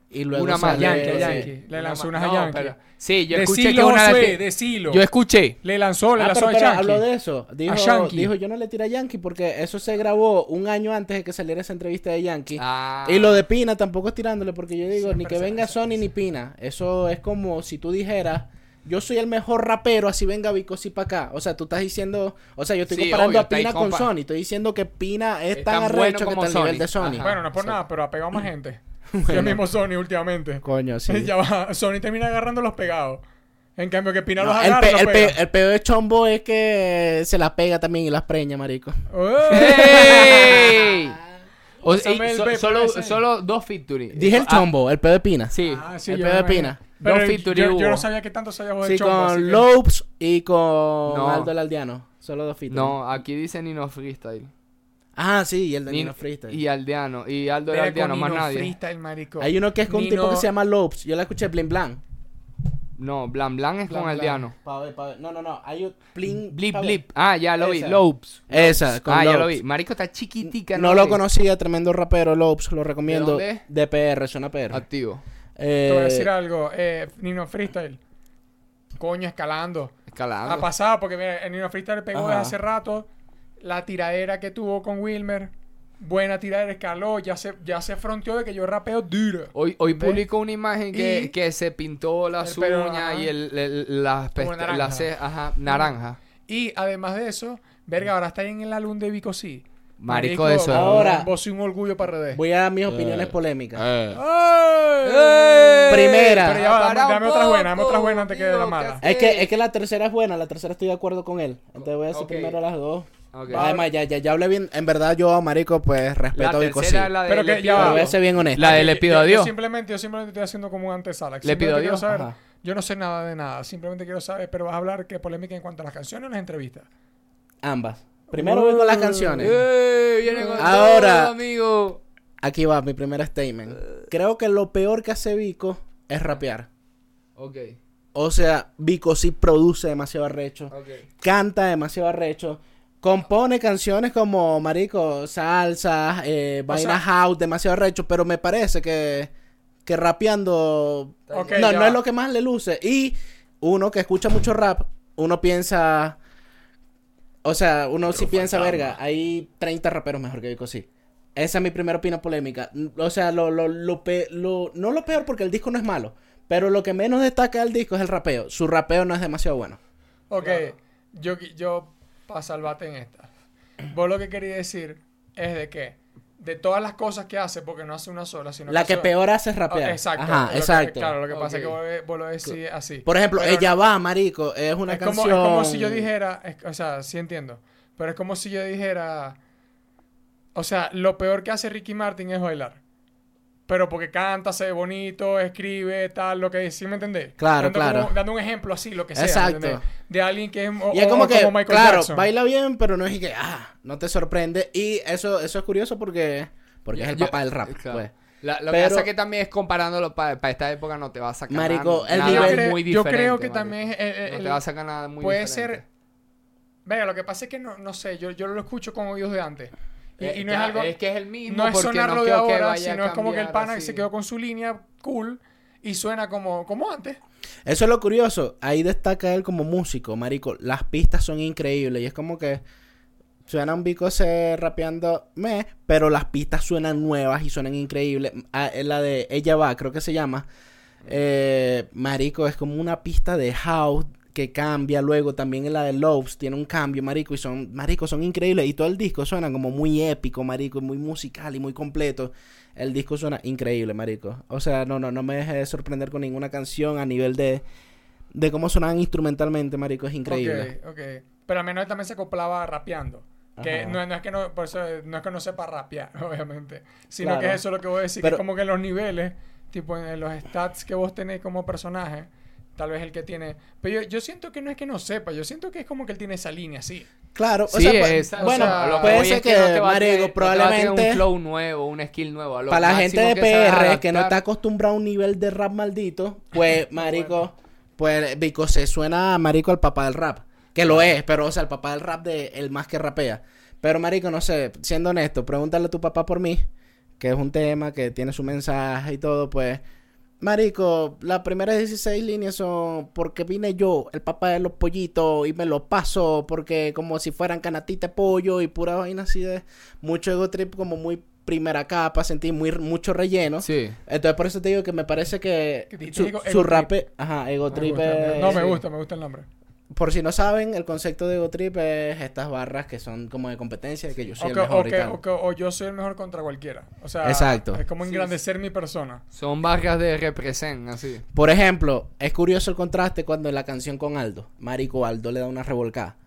S3: Y luego
S2: una más,
S3: sale-
S2: Yankee,
S4: sí.
S2: Yankee.
S4: Le
S2: Una
S4: lanzó
S2: más.
S4: unas a Yankee.
S2: sí, yo escuché
S4: Decilo,
S2: que una
S4: Josué,
S2: de-
S4: decilo.
S2: Yo escuché.
S4: Le lanzó, le
S3: Ah,
S4: lanzó
S3: pero,
S4: a
S3: pero
S4: Yankee.
S3: habló de eso. Dijo,
S4: Yankee.
S3: dijo, yo no le tiré a Yankee porque eso se grabó un año antes de que saliera esa entrevista de Yankee.
S2: Ah.
S3: Y lo de Pina tampoco es tirándole porque yo digo, ni
S4: Siempre
S3: que
S4: se-
S3: venga Sony ni Pina. Eso es como si tú dijeras, yo soy el mejor rapero, así venga Vicosi para acá. O sea, tú estás diciendo, o sea, yo estoy
S2: Sí,
S3: comparando
S2: obvio,
S3: a Pina
S2: está ahí
S3: con
S2: compa-
S3: Sony. Estoy diciendo que Pina es,
S2: Es
S3: tan,
S2: tan
S3: arrecho
S2: bueno
S3: que
S2: como
S3: está al nivel
S2: Sony.
S3: de Sony.
S2: Ajá.
S4: Bueno, no es por
S2: Exacto.
S4: nada, pero ha pegado más gente. Yo mismo Sony últimamente.
S3: Coño, sí.
S4: Ya va, Sony termina agarrando los pegados. En cambio que Pina
S3: No,
S4: los
S3: el,
S4: agarra,
S3: pe-
S4: los
S3: el
S4: pega.
S3: pe- el peor de Chombo es que se las pega también y las preña, marico.
S2: ¡Ey! O- y
S4: Pásame el
S2: so-
S4: B,
S2: solo,
S4: pásame.
S2: solo dos featuring.
S3: Dije el
S2: Ah,
S3: Chombo, el peor de Pina.
S2: sí.
S4: Ah, sí,
S3: el
S4: yo
S3: pedo de
S4: me
S3: Pina.
S4: imagino. Pero
S2: Dos
S4: yo-
S2: featuring
S4: yo, yo
S2: hubo.
S4: no sabía que tanto sabía joder
S3: Sí,
S4: chombo, así
S3: con
S4: que-
S3: Lopes y con
S2: No.
S3: Aldo el Aldeano. Solo dos fitas.
S2: no, aquí dice Nino Freestyle.
S3: Ah, sí, y el de
S2: Ni-
S3: Nino Freestyle.
S2: Y Aldeano. Y Aldo
S4: Era
S2: era Aldeano,
S4: con
S2: más
S4: Nino
S2: nadie.
S4: Freestyle, marico.
S3: Hay uno que es con un
S4: Nino-
S3: tipo que se llama Lopes. Yo la escuché Blin Blan.
S2: No, Blan Blan es
S4: Blan
S2: con
S4: Blan.
S2: Aldeano.
S3: Pa' ver, pa' ver. No, no, no. Hay un Blin.
S2: Blip,
S3: pa' ver.
S2: blip. Ah, ya lo vi.
S3: Esa.
S2: Lopes.
S3: Esa, con
S2: Ah, ya lo
S3: Lopes.
S2: vi. Marico está chiquitica.
S3: No lo
S2: sé.
S3: conocía, tremendo rapero Lopes, lo recomiendo.
S2: ¿De dónde? Ah,
S3: PR, zona PR.
S2: Activo.
S3: Eh,
S4: Te voy a decir algo. Eh, Nino Freestyle. Coño, escalando. Ha
S2: Escalando.
S4: pasado porque mira, el Nino Freestyle pegó
S3: Ajá.
S4: desde hace rato la tiradera que tuvo con Wilmer. Buena tiradera, escaló. Ya se, ya se fronteó de que yo rapeo duro.
S2: Hoy, hoy
S4: ¿Ve?
S2: publicó una imagen que,
S4: Y-
S2: que se pintó las
S4: El pelo,
S2: uñas
S4: ajá.
S2: y el, el- las
S4: Como
S2: pest-
S4: naranja.
S2: las ce- ajá, naranja.
S4: Y además de eso, verga, ahora está ahí en el álbum de Vico C.
S2: Marico, eso es-
S3: Ahora-
S4: Vos sois un orgullo para redes.
S3: Voy a dar mis
S4: Eh,
S3: opiniones polémicas.
S2: ¡Ey!
S3: Primera.
S4: Pero ya va,
S2: Para
S4: dame- dame
S2: un
S4: otras buenas, dame
S2: poco,
S4: otras buenas antes que de la
S2: tío,
S4: mala.
S2: ¿qué
S3: Es que,
S2: haces?
S3: es que la tercera es buena, la tercera estoy de acuerdo con él. Entonces voy a decir
S2: Eh. Ok.
S3: primero las dos.
S2: Ok.
S3: Además, ya, ya, ya hablé bien. En verdad, yo a Marico, pues
S2: La
S3: respeto a Vico.
S2: tercera
S3: sí.
S2: es la de
S4: Pero
S2: Le
S4: que ya
S2: Pido
S4: va.
S2: a
S3: Pero voy a
S2: Dios.
S3: ser bien honesto.
S2: La de
S4: Yo-
S2: Ah, Le Pido
S4: yo-
S2: a
S4: yo
S2: Dios.
S4: simplemente, yo simplemente estoy haciendo como un antesala.
S2: Le pido a
S4: Simplemente quiero
S2: Dios,
S4: saber-
S3: ajá.
S4: Yo no sé nada de nada. Simplemente quiero saber, pero vas a hablar qué polémica en cuanto a las canciones o las entrevistas.
S3: Ambas. Primero voy
S4: Mm.
S3: con las canciones.
S2: ¡Ey! Viene con
S3: Ahora.
S2: todo, amigo.
S3: Aquí va mi primer statement. Creo que lo peor que hace Vico es rapear.
S2: Ok,
S3: O sea, Vico sí produce demasiado arrecho.
S2: ok.
S3: Canta demasiado arrecho. Compone canciones como Marico, salsa, eh, vaina
S4: sea-
S3: house, demasiado arrecho. Pero me parece que, que rapeando.
S4: Ok,
S3: no,
S4: ya
S3: no es
S4: va.
S3: lo que más le luce. Y uno que escucha mucho rap, uno piensa. O sea, uno sí piensa, verga, hay 30 raperos mejor que Vico sí. Esa es mi primera opinión polémica. N- O sea, lo, lo, lo, pe- lo- no lo peor porque el disco no es malo, pero lo que menos destaca del disco es el rapeo. Su rapeo no es demasiado bueno.
S4: Ok, yo, qui- yo para salvarte en esta. Vos lo que quería decir es de que de todas las cosas que hace, porque no hace una sola, sino
S3: La que
S4: hace-
S3: peor hace es
S4: Ah,
S3: rapear.
S4: Exacto. lo
S3: Ajá,
S4: que-
S3: exacto.
S4: claro, lo que pasa es que
S2: Ok.
S4: vos, vos lo decís así.
S3: Por ejemplo,
S4: Pero
S3: Ella va, marico, es una
S4: es como,
S3: canción...
S4: es como si yo dijera, es- o sea, sí entiendo, pero es como si yo dijera, o sea, lo peor que hace Ricky Martin es bailar. Pero porque canta, se ve bonito, escribe, tal, lo que ¿sí me entendés?
S3: Claro,
S4: dando
S3: claro.
S4: como- dando un ejemplo así, lo que sea. ¿me
S3: Exacto.
S4: entendés? De alguien que es, o-
S3: Y es
S4: o-
S3: como
S4: o
S3: que,
S4: Michael
S3: claro,
S4: Jackson.
S3: baila bien, pero no es que, ah, no te sorprende. Y eso, eso es curioso porque, porque es el
S2: Yo-
S3: papá del rap,
S2: claro.
S3: pues.
S2: La- lo
S3: Pero-
S2: que pasa que también es comparándolo para esta época no te va a sacar
S3: Marico,
S2: nada,
S3: el
S2: nada
S3: nivel-
S2: muy
S4: Yo creo- yo
S2: diferente.
S4: creo que
S2: marico.
S4: también es- es-
S2: no
S4: el-
S2: te va a sacar nada muy
S4: puede
S2: diferente.
S4: ser... Venga, lo que pasa es que no, no sé, yo, yo lo escucho con oídos de antes. Y,
S2: Eh,
S4: y no es
S2: ya,
S4: algo...
S2: es que es el mismo
S4: no es
S2: porque
S4: sonarlo de
S2: creo que
S4: ahora,
S2: vaya a
S4: sino es como que el
S2: cambiar
S4: pana que
S2: así.
S4: se quedó con su línea cool y suena como, como antes.
S3: Eso es lo curioso. Ahí destaca él como músico, marico. Las pistas son increíbles. Y es como que suena un bico se rapeando me, pero las pistas suenan nuevas y suenan increíbles. Ah, eh, la de Ella va, creo que se llama. Eh, marico, es como una pista de house que cambia luego también en la de Lopes tiene un cambio marico y son marico son increíbles y todo el disco suena como muy épico marico y muy musical y muy completo el disco suena increíble, marico. O sea, no, no, no me dejé de sorprender con ninguna canción a nivel de, de cómo sonaban instrumentalmente, marico. Es increíble.
S4: Ok, ok. Pero al menos él también se acoplaba rapeando. Que
S3: Ajá.
S4: no, no es que no, por eso, no es que no sepa rapear, obviamente. Sino
S3: Claro.
S4: que eso es lo que voy a decir,
S3: Pero-
S4: que como que los niveles, tipo en, en los stats que vos tenés como personaje, tal vez el que tiene. Pero yo, yo siento que no es que no sepa, yo siento que es como que él tiene esa línea, sí.
S3: Claro, o
S2: Sí,
S3: sea, pues,
S2: es- o
S3: bueno,
S4: sea, lo que
S3: puede
S2: voy
S3: ser
S2: es
S3: que,
S2: no te va a
S3: marico,
S2: traer- no te va a traer
S3: probablemente
S2: un flow nuevo, un skill nuevo. Lo
S3: para la gente
S2: máximo
S3: de
S2: que sabes
S3: PR que no está
S2: adaptar-
S3: acostumbrada a un nivel de rap maldito, pues, marico, pues, Vico se suena, marico, al papá del rap. Que lo es, pero, o sea, el papá del rap de el más que rapea. Pero, marico, no sé, siendo honesto, pregúntale a tu papá por mí. que es un tema que tiene su mensaje y todo, pues, marico, las primeras 16 líneas son porque vine yo, el papá de los pollitos, y me los paso, porque como si fueran canatita de pollo y pura vaina así de mucho ego trip, como muy primera capa, sentí muy mucho relleno.
S2: Sí.
S3: Entonces por eso te digo que me parece que
S4: Que te-
S3: su,
S4: te digo
S3: su
S4: ego Ah,
S3: rap, ajá, ego
S4: Me
S3: trip
S4: gusta, me-
S3: es-
S4: No, me gusta, me gusta el nombre.
S3: por si no saben, el concepto de Ego Trip es estas barras que son como de competencia, que yo soy
S4: o,
S3: el
S4: que-
S3: mejor
S4: o
S3: y
S4: que-
S3: tal.
S4: o que- o yo soy el mejor contra cualquiera. O sea,
S3: Exacto.
S4: es como engrandecer mi persona.
S2: Son barras de represent, así.
S3: Por ejemplo, es curioso el contraste cuando en la canción con Aldo, Marico Aldo le da una revolcada.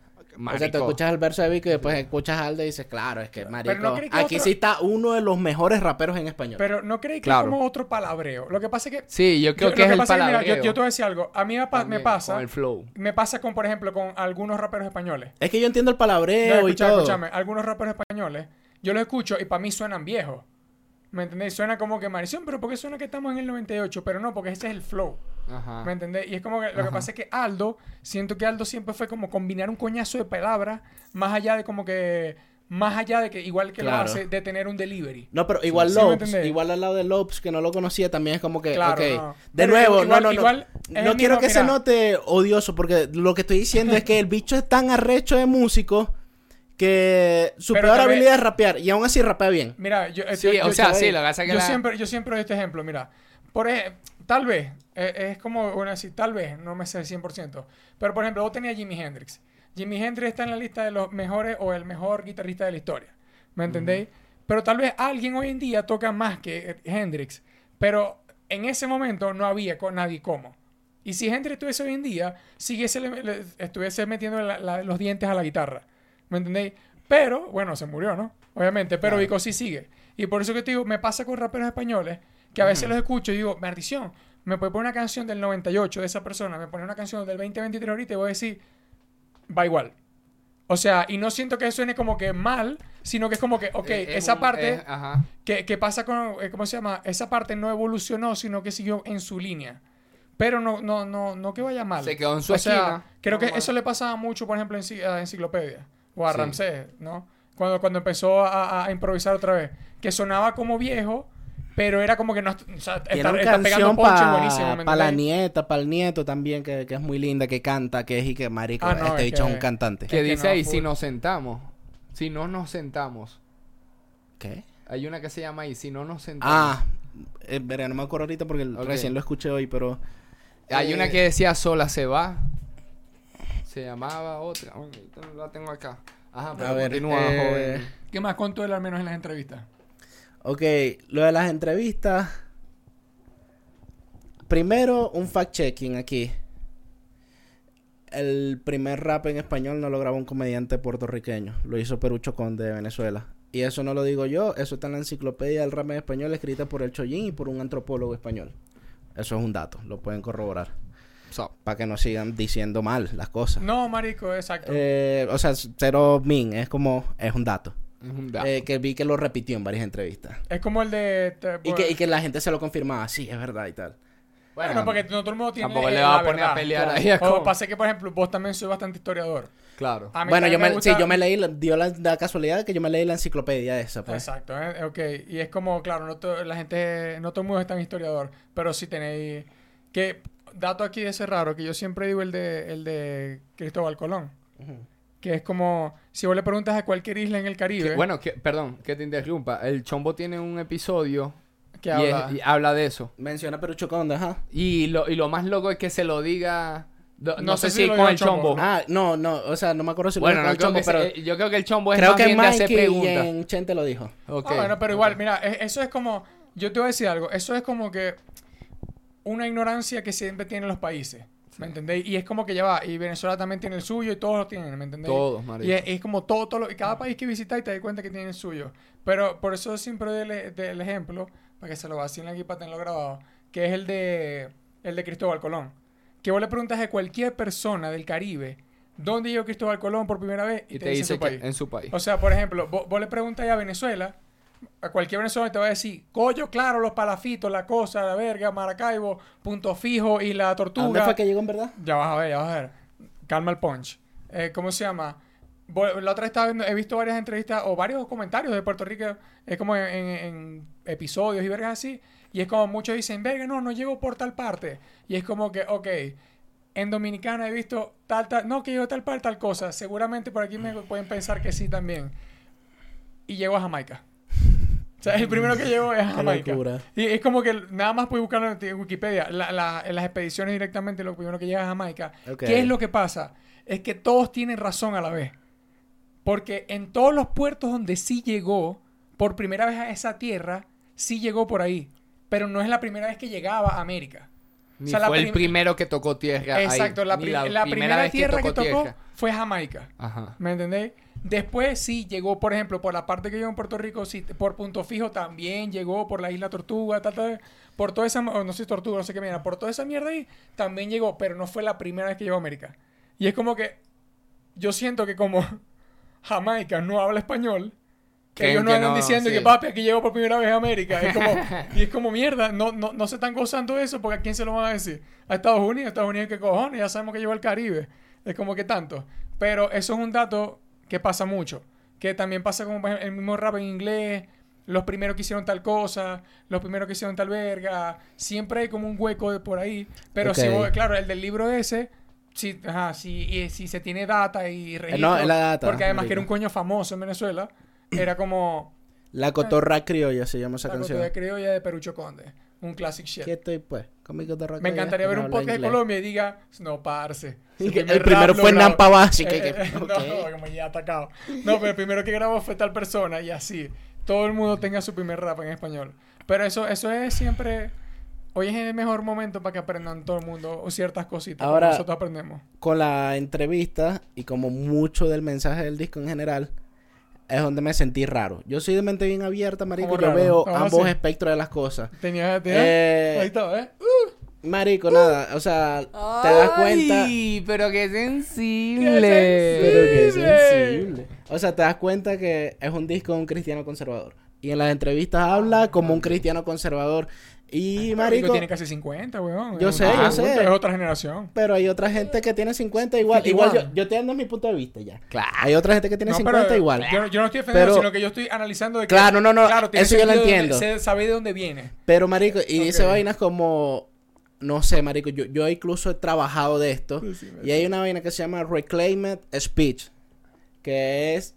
S3: O sea, tú
S2: Marico.
S3: escuchas el verso de Vico y después escuchas a Aldo y dices, claro, es que Marico,
S4: no creí que
S3: aquí
S4: otro-
S3: sí está uno de los mejores raperos en español.
S4: Pero no creí que
S2: Claro.
S4: es como otro palabreo. Lo que pasa es que.
S2: Sí, yo creo
S4: yo-
S2: que
S4: lo
S2: es el
S4: pasa mira,
S2: palabreo.
S4: yo, yo te voy a decir algo. A mí me, pa- me
S2: también,
S4: pasa.
S2: Con el flow.
S4: Me pasa con, por ejemplo, con algunos raperos españoles.
S3: Es que yo entiendo el palabreo
S4: No,
S3: y
S4: escucha,
S3: todo.
S4: escúchame, algunos raperos españoles, yo los escucho y para mí suenan viejos. ¿Me entendéis? Suena como que Marición, pero ¿por qué suena que estamos en el 98? Pero no, porque ese es el flow.
S2: Ajá.
S4: ¿Me entendés? Y es como que lo que pasa es que Aldo, siento que Aldo siempre fue como combinar un coñazo de palabras, más allá de como que, más allá de que, igual que
S3: Claro.
S4: lo hace, de tener un delivery.
S3: No, pero igual
S4: Sí, sí me
S3: Lopes,
S4: entendés.
S3: igual al lado de Lopes, que no lo conocía, también es como que,
S4: Claro,
S3: Eh, ok.
S4: no.
S3: De
S4: Pero
S3: nuevo,
S4: igual-
S3: no, no, no.
S4: igual es
S3: no
S4: el
S3: quiero
S4: mismo-
S3: que se
S4: mira.
S3: note odioso, porque lo que estoy diciendo es que el bicho es tan arrecho de músico que su
S4: Pero
S3: peor
S4: tal vez-
S3: habilidad es rapear, y aún así rapea bien.
S4: Mira, yo, eh,
S2: Sí,
S4: yo-
S2: o
S4: yo-
S2: sea,
S4: yo-
S2: sí, lo que pasa es que
S4: yo
S2: la-
S4: siempre, yo siempre doy este ejemplo, mira. Por ej- tal vez, eh, es como, bueno, así, tal vez, no me sé el 100%, pero por ejemplo, vos tenías Jimi Hendrix. Jimi Hendrix está en la lista de los mejores o el mejor guitarrista de la historia, ¿me entendéis? Pero tal vez alguien hoy en día toca más que eh, Hendrix, pero en ese momento no había co- nadie como. Y si Hendrix estuviese hoy en día, siguiese le- le- estuviese metiendo la- la- los dientes a la guitarra. ¿Me entendéis? Pero, bueno, se murió, ¿no? Obviamente, pero Vico sí sigue. Y por eso que te digo, me pasa con raperos españoles, que a veces los escucho y digo, maldición, me puede poner una canción del 98 de esa persona, me pone una canción del 2023 ahorita y voy a decir, va igual. O sea, y no siento que suene como que mal, sino que es como que, ok,
S2: Eh, Es- es
S4: esa
S2: un-
S4: parte...
S2: es- ajá.
S4: ¿Qué, qué pasa con, eh, cómo se llama? Esa parte no evolucionó, sino que siguió en su línea. Pero no, no, no, no que vaya mal.
S2: Se quedó en su
S4: O sea,
S2: esquina.
S4: creo que
S2: Normal.
S4: eso le pasaba mucho, por ejemplo, en Enci- a Enciclopedia o a
S2: Sí.
S4: Ramsés, ¿no? Cuando, cuando empezó a, a- a improvisar otra vez. Que sonaba como viejo, pero era como que no... O sea,
S3: Tiene
S4: está-
S3: una
S4: está
S3: canción
S4: ponches
S3: para
S4: buenísimos, ¿me
S3: la
S4: entendéis?
S3: nieta, para el nieto también, que, que es muy linda, que canta, que es y que marico,
S4: Ah, no,
S3: este
S4: es
S3: bicho es
S4: que-
S3: un cantante.
S2: Que
S4: que
S2: dice
S4: no,
S2: ahí,
S4: full.
S2: si nos sentamos. Si no nos sentamos.
S3: ¿Qué?
S2: Hay una que se llama ahí, si no nos sentamos.
S3: Ah, eh, verga, no me acuerdo ahorita porque
S2: Ok.
S3: recién lo escuché hoy, pero...
S2: Hay
S3: eh,
S2: una que decía sola se va. Se llamaba otra. Bueno, ahorita no la tengo acá. Ajá, pero
S3: A ver,
S2: continúa,
S3: eh,
S2: joven.
S4: ¿Qué más contó él al menos en las entrevistas?
S3: Ok, lo de las entrevistas. Primero, un fact-checking aquí. El primer rap en español no lo grabó un comediante puertorriqueño. Lo hizo Perucho Conde de Venezuela. Y eso no lo digo yo, eso está en la enciclopedia del rap en español escrita por el Chollín y por un antropólogo español. Eso es un dato, lo pueden corroborar.
S2: So,
S3: Para que no sigan diciendo mal las cosas.
S4: No, marico, exacto.
S3: Eh, o sea, cero min, es como, es un dato.
S2: es un dato.
S3: Eh, que vi que lo repitió en varias entrevistas.
S4: es como el de... te-
S3: Y que, y que la gente se lo confirmaba, sí, es verdad y tal.
S4: Bueno, porque no todo el mundo tiene
S2: tampoco le
S4: eh,
S2: va a
S4: la
S2: poner a
S4: verdad.
S2: pelear
S4: Claro.
S2: ahí a
S4: O
S2: como-
S4: pasa que, por ejemplo, vos también soy bastante historiador.
S2: Claro.
S4: A mí
S3: Bueno,
S4: también
S3: yo me, sí,
S4: gusta-
S3: yo me leí, la- dio la, la casualidad que yo me leí la enciclopedia esa, pues.
S4: Exacto, eh, ok. Y es como, claro, no to- la gente, no todo el mundo es tan historiador, pero sí tenéis... Que, dato aquí de ese raro, que yo siempre digo el de, el de Cristóbal Colón. Que es como, si vos le preguntas a cualquier isla en el Caribe,
S2: Que- bueno, que- perdón, que te interrumpa. El Chombo tiene un episodio
S4: que
S2: y es-
S4: habla...
S2: y habla de eso.
S3: Menciona Perucho Conde, ajá.
S2: Y lo, y lo más loco es que se lo diga. No,
S4: No
S2: no
S4: sé
S2: sé
S4: si
S2: si
S4: lo
S2: con
S4: diga
S2: el
S4: Chombo.
S2: chombo.
S3: Ah, no, no, o sea, no me acuerdo si lo
S2: bueno,
S3: dijo
S2: no
S3: el chombo,
S2: creo que
S3: pero
S2: se- eh, yo creo que el chombo es
S3: creo
S2: más
S3: que
S2: bien de hacer
S3: Mikey y
S2: preguntas.
S3: en Chente lo dijo.
S2: Ok.
S4: Ah, bueno, pero igual, mira, e- eso es como, yo te voy a decir algo, eso es como que una ignorancia que siempre tienen los países, ¿me entendéis? Y es como que ya va, y Venezuela también tiene el suyo y todos lo tienen, ¿me entendéis?
S2: Todos, marico.
S4: Y es, es como todo, todo lo- y cada país que visitáis te das cuenta que tiene el suyo. Pero por eso siempre doy el, e- del ejemplo, para que se lo vacilen aquí para tenerlo grabado, que es el de, el de Cristóbal Colón. Que vos le preguntas a cualquier persona del Caribe, ¿dónde llegó Cristóbal Colón por primera vez?
S2: Y te dice
S4: su
S2: que
S4: país.
S2: en su país.
S4: O sea, por ejemplo, vo- vos, le preguntas a Venezuela, a cualquier venezolano te va a decir, coño, claro, los palafitos, la cosa, la verga, Maracaibo, punto fijo y la
S3: ¿A dónde
S4: tortuga.
S3: fue que llegó en verdad?
S4: Ya vas a ver, ya vas a ver. Calma el punch. Eh, ¿Cómo se llama? Vol- La otra vez estaba viendo, he visto varias entrevistas o varios comentarios de Puerto Rico, es como en, en- en episodios y vergas así, y es como muchos dicen, verga, no, no llego por tal parte. Y es como que, ok, en Dominicana he visto tal, tal, no, que llego a tal parte, tal cosa, seguramente por aquí me pueden pensar que sí también. Y llego a Jamaica. O sea, el primero que llego es a Jamaica.
S3: locura.
S4: Y es como que nada más puedes buscarlo en Wikipedia. La- la- en las expediciones directamente, lo primero que llega es a Jamaica.
S3: Ok.
S4: ¿Qué es lo que pasa? Es que todos tienen razón a la vez. Porque en todos los puertos donde sí llegó, por primera vez a esa tierra, sí llegó por ahí. Pero no es la primera vez que llegaba a América.
S2: Ni
S4: O sea, la
S2: fue el
S4: prim-
S2: primero que tocó tierra. ahí,
S4: Exacto, la,
S2: ni
S4: pri- la primera,
S2: vez
S4: tierra que tocó,
S2: tierra.
S4: fue Jamaica.
S2: Ajá.
S4: ¿Me entendéis? Después sí llegó, por ejemplo, por la parte que llegó en Puerto Rico, sí, por Punto Fijo también llegó, por la isla Tortuga, tal, tal, por toda esa, o no sé, Tortuga, no sé qué mierda, por toda esa mierda ahí también llegó, pero no fue la primera vez que llegó a América. Y es como que yo siento que como Jamaica no habla español, que
S2: Creen
S4: ellos no
S2: que
S4: andan
S2: no,
S4: diciendo
S2: sí.
S4: que papi, aquí llegó por primera vez a América. Es como, y es como mierda, no, no, no se están gozando de eso porque a quién se lo van a decir. A Estados Unidos, Estados Unidos, ¿qué cojones? Ya sabemos que llegó al Caribe. Es como que tanto. Pero eso es un dato que pasa mucho. Que también pasa como por ejemplo, el mismo rap en inglés, los primeros que hicieron tal cosa, los primeros que hicieron tal verga. Siempre hay como un hueco de por ahí. Pero si
S3: Ok.
S4: vos- claro, el del libro ese, si, ajá, si, y- si se tiene data y registro.
S3: Eh, la data,
S4: Porque además que
S3: marico.
S4: era un coño famoso en Venezuela, era como
S3: La cotorra criolla se llama esa
S4: Ah. la
S3: canción.
S4: cotorra criolla de Perucho Conde. Un classic shit.
S3: ¿Qué estoy pues? Con mi cotorra
S4: Me
S3: criolla
S4: encantaría
S3: que
S4: ver
S3: no
S4: un
S3: habla
S4: podcast de
S3: inglés.
S4: Colombia y diga, no, parce.
S3: Y
S4: su
S3: que el
S4: primer
S3: primero
S4: rap
S3: fue
S4: logrado".
S3: Nampa Basi, que-
S4: Eh, eh,
S3: que-
S4: no,
S3: ok.
S4: como ya atacado. No, pero el primero que grabó fue tal persona y así. Todo el mundo tenga su primer rap en español. Pero eso, eso es siempre... Hoy es el mejor momento para que aprendan todo el mundo ciertas cositas. como
S3: Ahora-
S4: nosotros aprendemos.
S3: Con la entrevista y como mucho del mensaje del disco en general, es donde me sentí raro. Yo soy de mente bien abierta, marico.
S4: Como
S3: Yo
S4: raro.
S3: veo
S4: Ahora
S3: ambos
S4: sí.
S3: espectros de las cosas.
S4: Tenía... tenía-
S3: Eh,
S4: Ahí está, ¿eh?
S3: Marico, nada. O sea, te das cuenta...
S2: Ay, pero qué sensible.
S4: Qué
S3: Pero qué
S4: Sensible.
S3: sensible. O sea, te das cuenta que es un disco de un cristiano conservador. Y en las entrevistas habla como un cristiano conservador. Y, marico,
S4: tiene casi 50, weón.
S3: Yo
S4: Es
S3: sé,
S4: una-
S2: yo
S4: ah,
S3: sé.
S4: Es otra generación.
S3: pero hay otra gente que tiene 50 igual. Igual yo, yo te dando mi punto de vista ya.
S2: Claro.
S3: Hay otra gente que tiene
S4: No,
S3: 50
S4: pero
S3: igual.
S4: Yo, yo no estoy defendiendo,
S3: Pero-
S4: sino que yo estoy analizando de que...
S3: Claro, no, no,
S4: tiene
S3: eso yo lo
S4: sentido de dónde-
S3: entiendo.
S4: se sabe de dónde viene.
S3: Pero, marico, y dice
S4: Ok.
S3: vainas como... No sé, marico, yo, yo incluso he trabajado de esto. Y hay una vaina que se llama Reclaimed Speech. Que es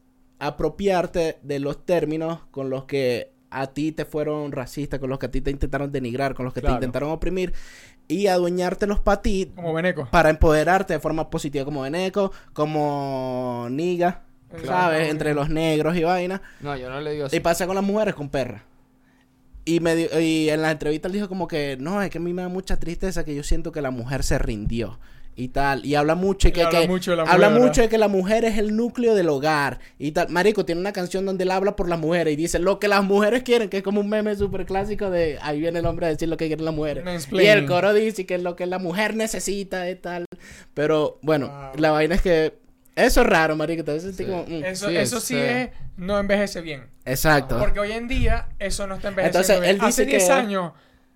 S3: apropiarte de los términos con los que a ti te fueron racistas, con los que a ti te intentaron denigrar, con los que
S2: Claro.
S3: te intentaron oprimir. Y adueñártelos para ti
S4: Como Beneco.
S3: para empoderarte de forma positiva como Beneco, como Niga,
S4: Claro.
S3: ¿sabes? Entre los negros y vaina.
S2: No, yo no le digo
S3: Y
S2: así.
S3: pasa con las mujeres, con perras. Y, me di- y en la entrevista él dijo como que, no, es que a mí me da mucha tristeza que yo siento que la mujer se rindió. Y tal, y habla mucho y
S4: Y
S3: que,
S4: habla
S3: que-
S4: mucho de la
S3: habla
S4: mujer,
S3: mucho de que la mujer es el núcleo del hogar y tal. Marico tiene una canción donde él habla por las mujeres y dice lo que las mujeres quieren, que es como un meme súper clásico de ahí viene el hombre a decir lo que quieren las mujeres. Y
S4: Mansplaining.
S3: el coro dice que es lo que la mujer necesita y tal. Pero bueno,
S4: Wow.
S3: la vaina es que eso es raro, marico. Te vas a sentir
S2: Sí.
S3: como, mm,
S4: Eso,
S2: sí,
S4: eso
S2: es,
S4: sí
S2: eh.
S4: es, no envejece bien.
S3: Exacto.
S4: Porque hoy en día eso no está envejeciendo
S3: Ah. Entonces,
S4: bien.
S3: él
S4: Hace
S3: dice
S4: 10
S3: que-
S4: años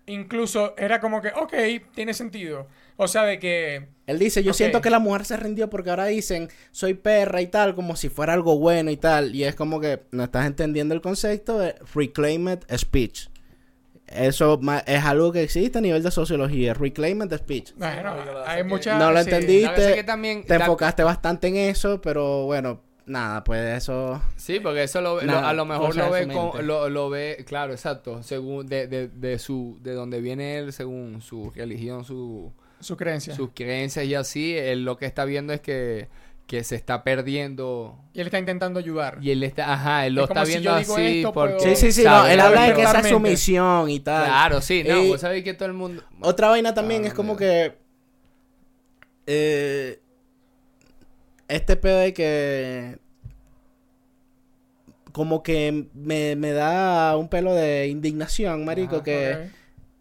S4: incluso era como que, ok, tiene sentido. O sea, de que...
S3: Él dice, yo
S4: Ok.
S3: siento que la mujer se rindió porque ahora dicen, soy perra y tal, como si fuera algo bueno y tal. Y es como que no estás entendiendo el concepto de reclaimed speech. Eso ma- es algo que existe a nivel de sociología, reclaimed speech.
S4: Bueno,
S2: no, yo lo
S4: hay
S2: sé
S4: muchas...
S3: no lo
S4: sí.
S3: entendí.
S2: La cosa es
S3: te-
S2: que también
S3: Te
S2: la-
S3: enfocaste bastante en eso, pero bueno, nada, pues eso...
S2: Sí, porque eso lo, lo-
S3: Nada,
S2: a lo mejor
S3: cosa de
S2: lo ve
S3: su
S2: como-
S3: mente.
S2: lo, lo ve, claro, exacto, según de, de, de su de donde viene él, según su religión, su
S4: Su creencia.
S2: sus creencias y así, él lo que está viendo es que, que se está perdiendo
S4: Y él está intentando ayudar.
S2: y él está, ajá, él lo
S4: Es como
S2: está
S4: si
S2: viendo
S4: yo digo
S2: así
S4: esto,
S2: porque
S4: puedo-
S3: Sí, sí, sí,
S2: sabe,
S3: no, él
S2: claro,
S3: habla de que
S2: pero-
S3: esa es su
S4: Totalmente.
S3: misión y tal.
S2: Claro, sí, no,
S3: Y-
S2: vos sabés que todo el mundo
S3: Otra vaina también
S2: Ah,
S3: es como
S2: mira.
S3: que. eh, este pedo de que. Como que me, me da un pelo de indignación, marico,
S2: Ajá,
S3: que,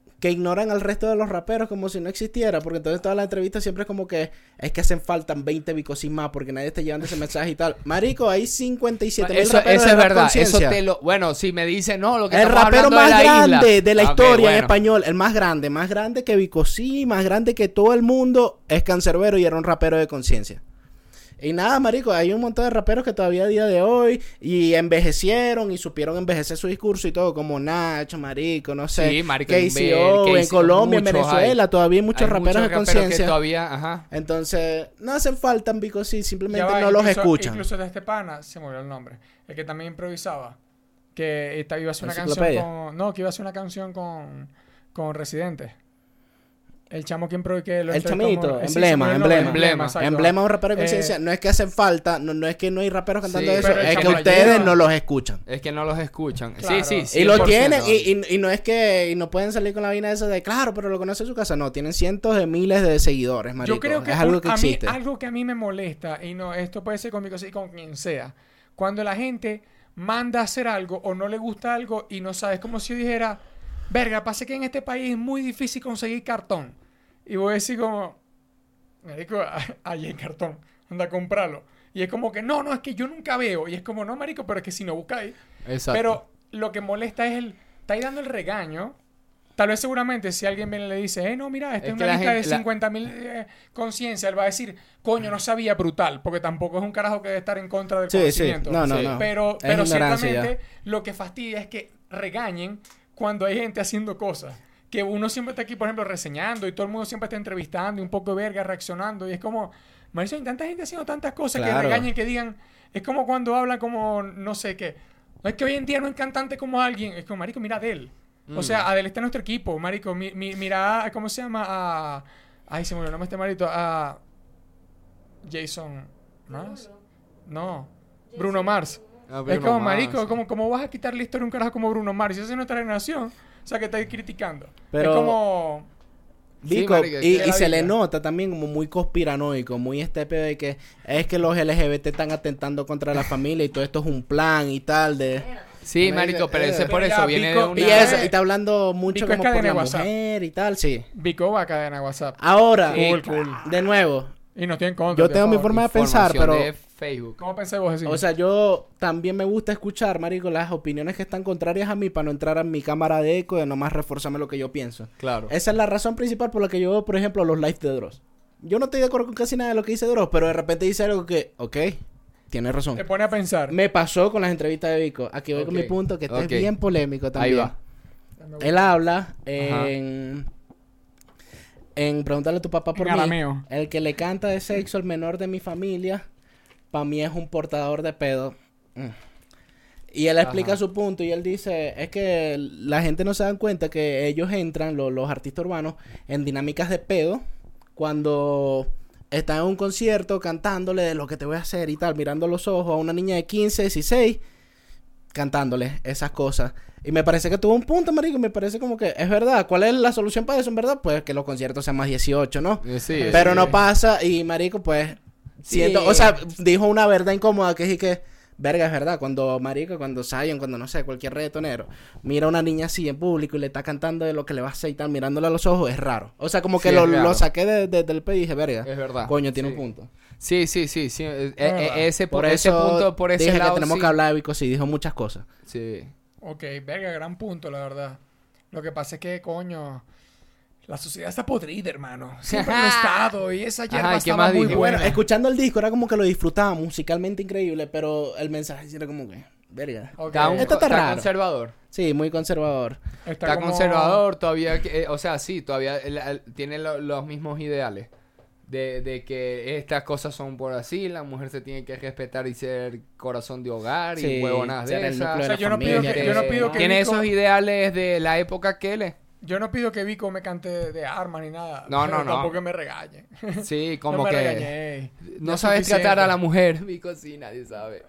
S4: Ok.
S3: que ignoran al resto de los raperos como si no existiera, porque entonces todas las entrevistas siempre es como que es que hacen faltan 20 bicosis más porque nadie está llevando ese mensaje y tal. Marico, hay 57 mil
S2: eso,
S3: raperos
S2: eso
S3: de
S2: es
S3: rap
S2: verdad, eso
S3: conciencia.
S2: te lo bueno, si me dice no, lo que
S3: El
S2: estamos
S3: rapero
S2: hablando
S3: más
S2: de la
S3: grande
S2: isla.
S3: de la
S2: Ah, ok,
S3: historia en
S2: bueno.
S3: español, el más grande, más grande que Bicosí, más grande que todo el mundo, es Cancerbero y era un rapero de conciencia. Y nada, marico, hay un montón de raperos que todavía a día de hoy y envejecieron y supieron envejecer su discurso y todo, como Nacho, marico, no sé.
S2: Sí, marico,
S3: KCO,
S2: Inver,
S3: en Colombia, en
S2: muchos hay.
S3: Venezuela, todavía hay muchos
S2: Hay
S3: raperos de
S2: raperos que
S3: conciencia.
S2: todavía, ajá.
S3: Entonces, no hacen falta, because sí,
S4: Ya
S3: simplemente
S4: va,
S3: no los
S4: incluso-
S3: escuchan.
S4: Incluso de este pana, se me olvidó el nombre, el que también improvisaba, que esta- iba a hacer una canción
S3: ¿Enciclopedia?
S4: con... No, que iba a hacer una canción con, con Residente. El chamo que improvisó... Que lo
S3: El
S4: entrevistó
S3: chamito,
S4: Mor- eh, sí,
S3: Emblema,
S4: se me olvidó el
S3: Emblema.
S4: nombre,
S2: Emblema.
S4: exacto.
S3: Emblema es un rapero de conciencia.
S4: Eh,
S3: no es que hacen falta, no, no es que no hay raperos cantando
S2: Sí,
S3: eso,
S4: pero el
S3: es que
S4: chamo
S3: ustedes
S4: ayuda.
S3: no los escuchan.
S2: Es que no los escuchan.
S4: Claro.
S2: Sí, sí,
S3: Y lo
S2: 100%.
S3: tienen, y, y- y no es que y no pueden salir con la vaina esa de, claro, pero lo conoce en su casa. No, tienen cientos de miles de seguidores, marico.
S4: Yo creo que,
S3: es algo
S4: un-
S3: que
S4: a mí,
S3: existe.
S4: algo que a mí me molesta, y no, esto puede ser conmigo así, con quien sea, cuando la gente manda a hacer algo o no le gusta algo y no sabes, como si yo dijera, verga, pasa que en este país es muy difícil conseguir cartón. Y voy a decir como, marico, a- ahí hay cartón, anda a comprarlo. Y es como que, no, no, es que yo nunca veo. Y es como, no, marico, pero es que si no buscáis.
S2: Exacto.
S4: Pero lo que molesta es el. Estáis dando el regaño. Tal vez seguramente si alguien viene y le dice, eh, no, mira, esta
S2: Es
S4: es,
S2: que
S4: una
S2: la
S4: lista
S2: gente- la-
S4: de 50.000 mil eh, conciencia, él va a decir, coño, no sabía brutal, porque tampoco es un carajo que debe estar en contra del
S3: Sí, sí.
S4: conocimiento.
S3: No, no, no.
S4: Pero,
S3: Es
S4: pero
S3: ignorancia ya.
S4: ciertamente lo que fastidia es que regañen cuando hay gente haciendo cosas. Que uno siempre está aquí, por ejemplo, reseñando y todo el mundo siempre está entrevistando y un poco de verga, reaccionando. Y es como, Mauricio, hay tanta gente haciendo tantas cosas
S3: Claro.
S4: que regañen, que digan. Es como cuando hablan como, no sé qué. No es que hoy en día no es cantante como alguien. Es como, Marico, mira a Adele. O sea, Adele está en nuestro equipo, Marico. Mi- mi- mira, a- ¿cómo se llama? A. Ay, se me olvidó el nombre de este marito. A. Jason. Mars. No. Bruno Mars.
S2: Ah,
S4: Es
S2: Bruno
S4: como,
S2: Mars.
S4: marico, como, como vas a quitar la historia de un carajo como Bruno Mars. Y Esa es nuestra generación. O sea, que estáis criticando.
S3: Pero-
S4: Es como...
S2: Sí,
S3: Dico,
S2: marico, es
S3: y,
S2: que
S3: y
S4: la
S3: se le
S4: vida.
S3: nota también como muy conspiranoico, muy este pedo de que es que los LGBT están atentando contra la familia y todo esto es un plan y tal de...
S2: Sí,
S3: Me
S2: marico,
S3: dice,
S2: pero
S3: eh,
S2: eso es por
S4: pero
S2: eso.
S4: ya,
S2: Viene de
S4: pico-
S2: una.
S3: Y
S4: Una
S3: eso,
S4: vez-
S3: y está hablando mucho
S4: Pico es
S3: como por
S4: cadena
S3: la
S4: de WhatsApp.
S3: mujer y tal, sí.
S4: Vico va a caer en WhatsApp.
S3: Ahora,
S4: Cool, cool.
S3: de nuevo,
S4: Y no estoy en contra.
S3: yo
S4: por
S3: tengo mi
S4: favor.
S3: forma de pensar,
S2: Información
S3: pero...
S2: de Facebook.
S4: ¿Cómo pensáis vos así?
S3: O sea, yo también me gusta escuchar, marico, las opiniones que están contrarias a mí para no entrar en mi cámara de eco y nomás reforzarme lo que yo pienso.
S2: Claro.
S3: Esa es la razón principal por la que yo veo, por ejemplo, los lives de Dross. Yo no estoy de acuerdo con casi nada de lo que dice Dross, pero de repente dice algo que, ok, tiene razón.
S4: te pone a pensar.
S3: Me pasó con las entrevistas de Vico. Aquí voy con
S2: Ok,
S3: mi punto, que este
S2: ok.
S3: es bien polémico también.
S2: Ahí va.
S3: Él habla en... En preguntarle a tu papá por
S4: En
S3: mí.
S4: arameo.
S3: El que le canta de sexo al menor de mi familia, para mí es un portador de pedo. Mm. Y él explica
S2: Ajá.
S3: su punto y él dice, es que la gente no se dan cuenta que ellos entran, lo- los artistas urbanos, en dinámicas de pedo cuando están en un concierto cantándole de lo que te voy a hacer y tal, mirando los ojos a una niña de 15, 16, cantándole esas cosas. Y me parece que tuvo un punto, marico, me parece como que es verdad. ¿Cuál es la solución para eso, en verdad? Pues que los conciertos sean más 18, ¿no?
S2: Eh, Sí, eh,
S3: Pero
S2: sí.
S3: no pasa y marico pues siento, o sea, dijo una verdad incómoda que es que verga es verdad, cuando marico, cuando Zion, cuando no sé, cualquier reggaetonero mira a una niña así en público y le está cantando de lo que le va a hacer y tal, mirándole a los ojos, es raro. O sea, como que
S2: Sí,
S3: lo,
S2: es raro.
S3: lo saqué de- de- del pedo y dije, verga.
S2: Es verdad.
S3: Coño, tiene
S2: Sí.
S3: un punto.
S2: Sí, sí, sí. sí, eh, eh,
S4: verdad.
S2: eh, ese,
S3: Por,
S2: por ese
S3: eso
S2: punto, por ese
S3: dije
S2: lado.
S3: que tenemos
S2: sí.
S3: que hablar de Vico, sí, dijo muchas cosas.
S2: Sí.
S4: Ok, verga, gran punto, la verdad. Lo que pasa es que, coño, la sociedad está podrida, hermano. Siempre lo ha estado y esa hierba
S2: Ajá, ¿y qué
S4: estaba
S2: más
S4: muy
S2: dijo?
S4: buena.
S3: Bueno, escuchando el disco era como que lo disfrutaba musicalmente increíble, pero el mensaje sí era como que, verga.
S4: Ok,
S2: Está, un-
S3: Esto está
S2: está
S3: raro.
S2: conservador.
S3: Sí, muy conservador.
S2: Está,
S4: como-
S2: conservador todavía. que- eh, o sea, sí, todavía el- el- tiene lo- los mismos ideales. De, de que estas cosas son por así, la mujer se tiene que respetar y ser corazón de hogar
S3: Sí,
S2: y huevonadas
S3: ser
S2: de
S3: el
S2: esas.
S3: núcleo de
S4: O sea,
S3: la
S4: yo no pido
S3: familia,
S4: que- yo no
S2: Este,
S4: pido que
S2: Tiene
S4: Nico-
S2: esos ideales de la época que le.
S4: Yo no pido que Vico me cante de armas ni nada.
S2: No,
S4: pero
S2: no, no.
S4: Tampoco me regañen.
S2: Sí,
S4: no
S2: como
S4: me
S2: que.
S4: regañéis. Ya
S2: No
S4: es
S2: sabes
S4: suficiente.
S2: tratar a la mujer, Vico, sí, nadie sabe.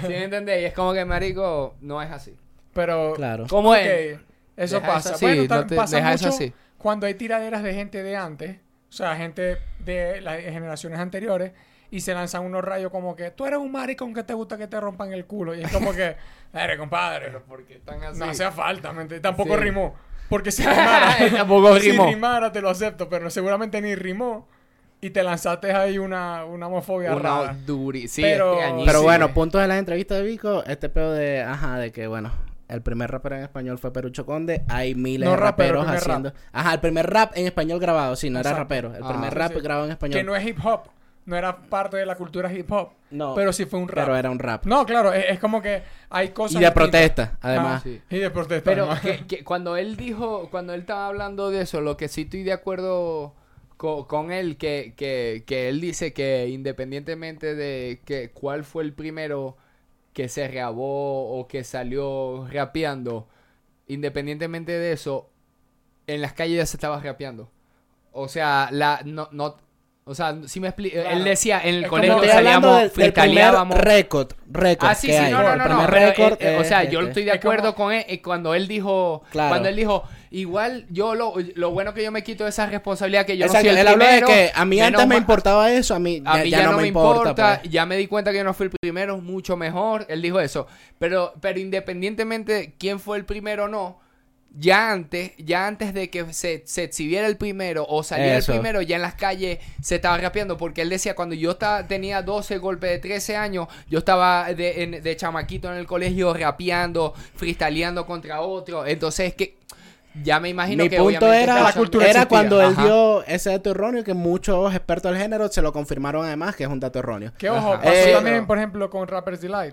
S2: ¿Sí me entendés? Y es como que, marico, no es así.
S4: Pero
S3: Claro.
S2: ¿Cómo
S4: Ok,
S2: es?
S4: Eso
S2: Deja
S4: pasa.
S2: eso así,
S4: bueno, tal-
S2: no te-
S4: pasa
S2: deja eso
S4: mucho
S2: así.
S4: cuando hay tiraderas de gente de antes, o sea, gente de las generaciones anteriores, y se lanzan unos rayos como que tú eres un maricón que te gusta que te rompan el culo. Y es como que, eres compadre,
S2: Porque están así.
S4: no hacía falta, ¿me entiendes? Tampoco
S2: Sí.
S4: rimó. Porque si rimara,
S2: Tampoco rimó.
S4: si rimara te lo acepto, pero seguramente ni rimó. Y te lanzaste ahí una, una homofobia
S2: Una
S4: rara.
S2: duri- sí,
S4: Pero-
S2: este añísimo.
S3: Pero
S4: sí,
S3: bueno,
S4: eh.
S3: puntos de las entrevistas de Vico, este pedo de, ajá, de que bueno, el primer rapero en español fue Perucho Conde, hay miles
S4: No
S3: de
S4: rapero,
S3: raperos
S4: el primer
S3: haciendo, ajá, el primer rap en español grabado, sí, no
S4: Exacto. Ah,
S3: era rapero, el
S2: Ajá.
S3: primer
S2: Sí,
S3: rap
S4: sí.
S3: grabado en español.
S4: Que no es hip hop. no era parte de la cultura hip hop.
S3: No.
S4: Pero sí fue un rap.
S3: Pero era un rap.
S4: No, claro, es, es como que hay cosas.
S3: y de
S4: distintas.
S3: protesta,
S4: Ah,
S3: además.
S2: sí.
S4: Y de protesta.
S2: Pero
S4: además.
S2: que, que cuando él dijo, cuando él estaba hablando de eso, lo que sí estoy de acuerdo co- con, él, que, que, que él dice que independientemente de que cuál fue el primero que se grabó o que salió rapeando, independientemente de eso, en las calles ya se estaba rapeando. O sea, la, no, no, o sea, si me explico,
S4: Claro.
S2: él decía, en el
S4: Es
S2: colegio
S4: como-
S3: Estoy hablando
S2: salíamos,
S3: del, del primer
S2: freestyleábamos.
S3: récord. Récord.
S2: Ah, sí,
S3: que
S2: sí,
S3: hay.
S2: no, no,
S3: El
S2: no,
S3: primer
S2: no, pero
S3: récord
S2: él- él- o
S3: es
S2: sea, yo
S3: este.
S2: estoy de
S4: Es como-
S2: acuerdo con él eh, cuando él dijo,
S3: Claro.
S2: cuando él dijo, igual yo lo, lo bueno que yo me quito esa responsabilidad que yo
S3: Exacto,
S2: no soy el
S3: él habló de
S2: primero,
S3: que a mí
S2: menos
S3: antes me
S2: ma-
S3: importaba eso, a mí ya,
S2: a mí
S3: ya no, me importa. pues.
S2: ya me di cuenta que yo no fui el primero, mucho mejor, él dijo eso, pero, pero independientemente de quién fue el primero o no, ya antes, ya antes de que se, se exhibiera el primero o saliera
S3: Eso.
S2: el primero, ya en las calles se estaba rapeando, porque él decía, cuando yo estaba, tenía 12 golpes de 13 años, yo estaba de, en- de chamaquito en el colegio rapeando, freestyleando contra otro, entonces que ya me imagino
S3: Mi
S2: que
S3: punto
S2: obviamente
S3: era,
S2: estaba-
S3: era cuando él
S2: Ajá.
S3: dio ese dato erróneo que muchos expertos del género se lo confirmaron además que es un dato erróneo.
S4: Que ojo,
S2: Ajá.
S4: pasó
S3: Eh,
S4: también, por ejemplo, con Rapper's Delight.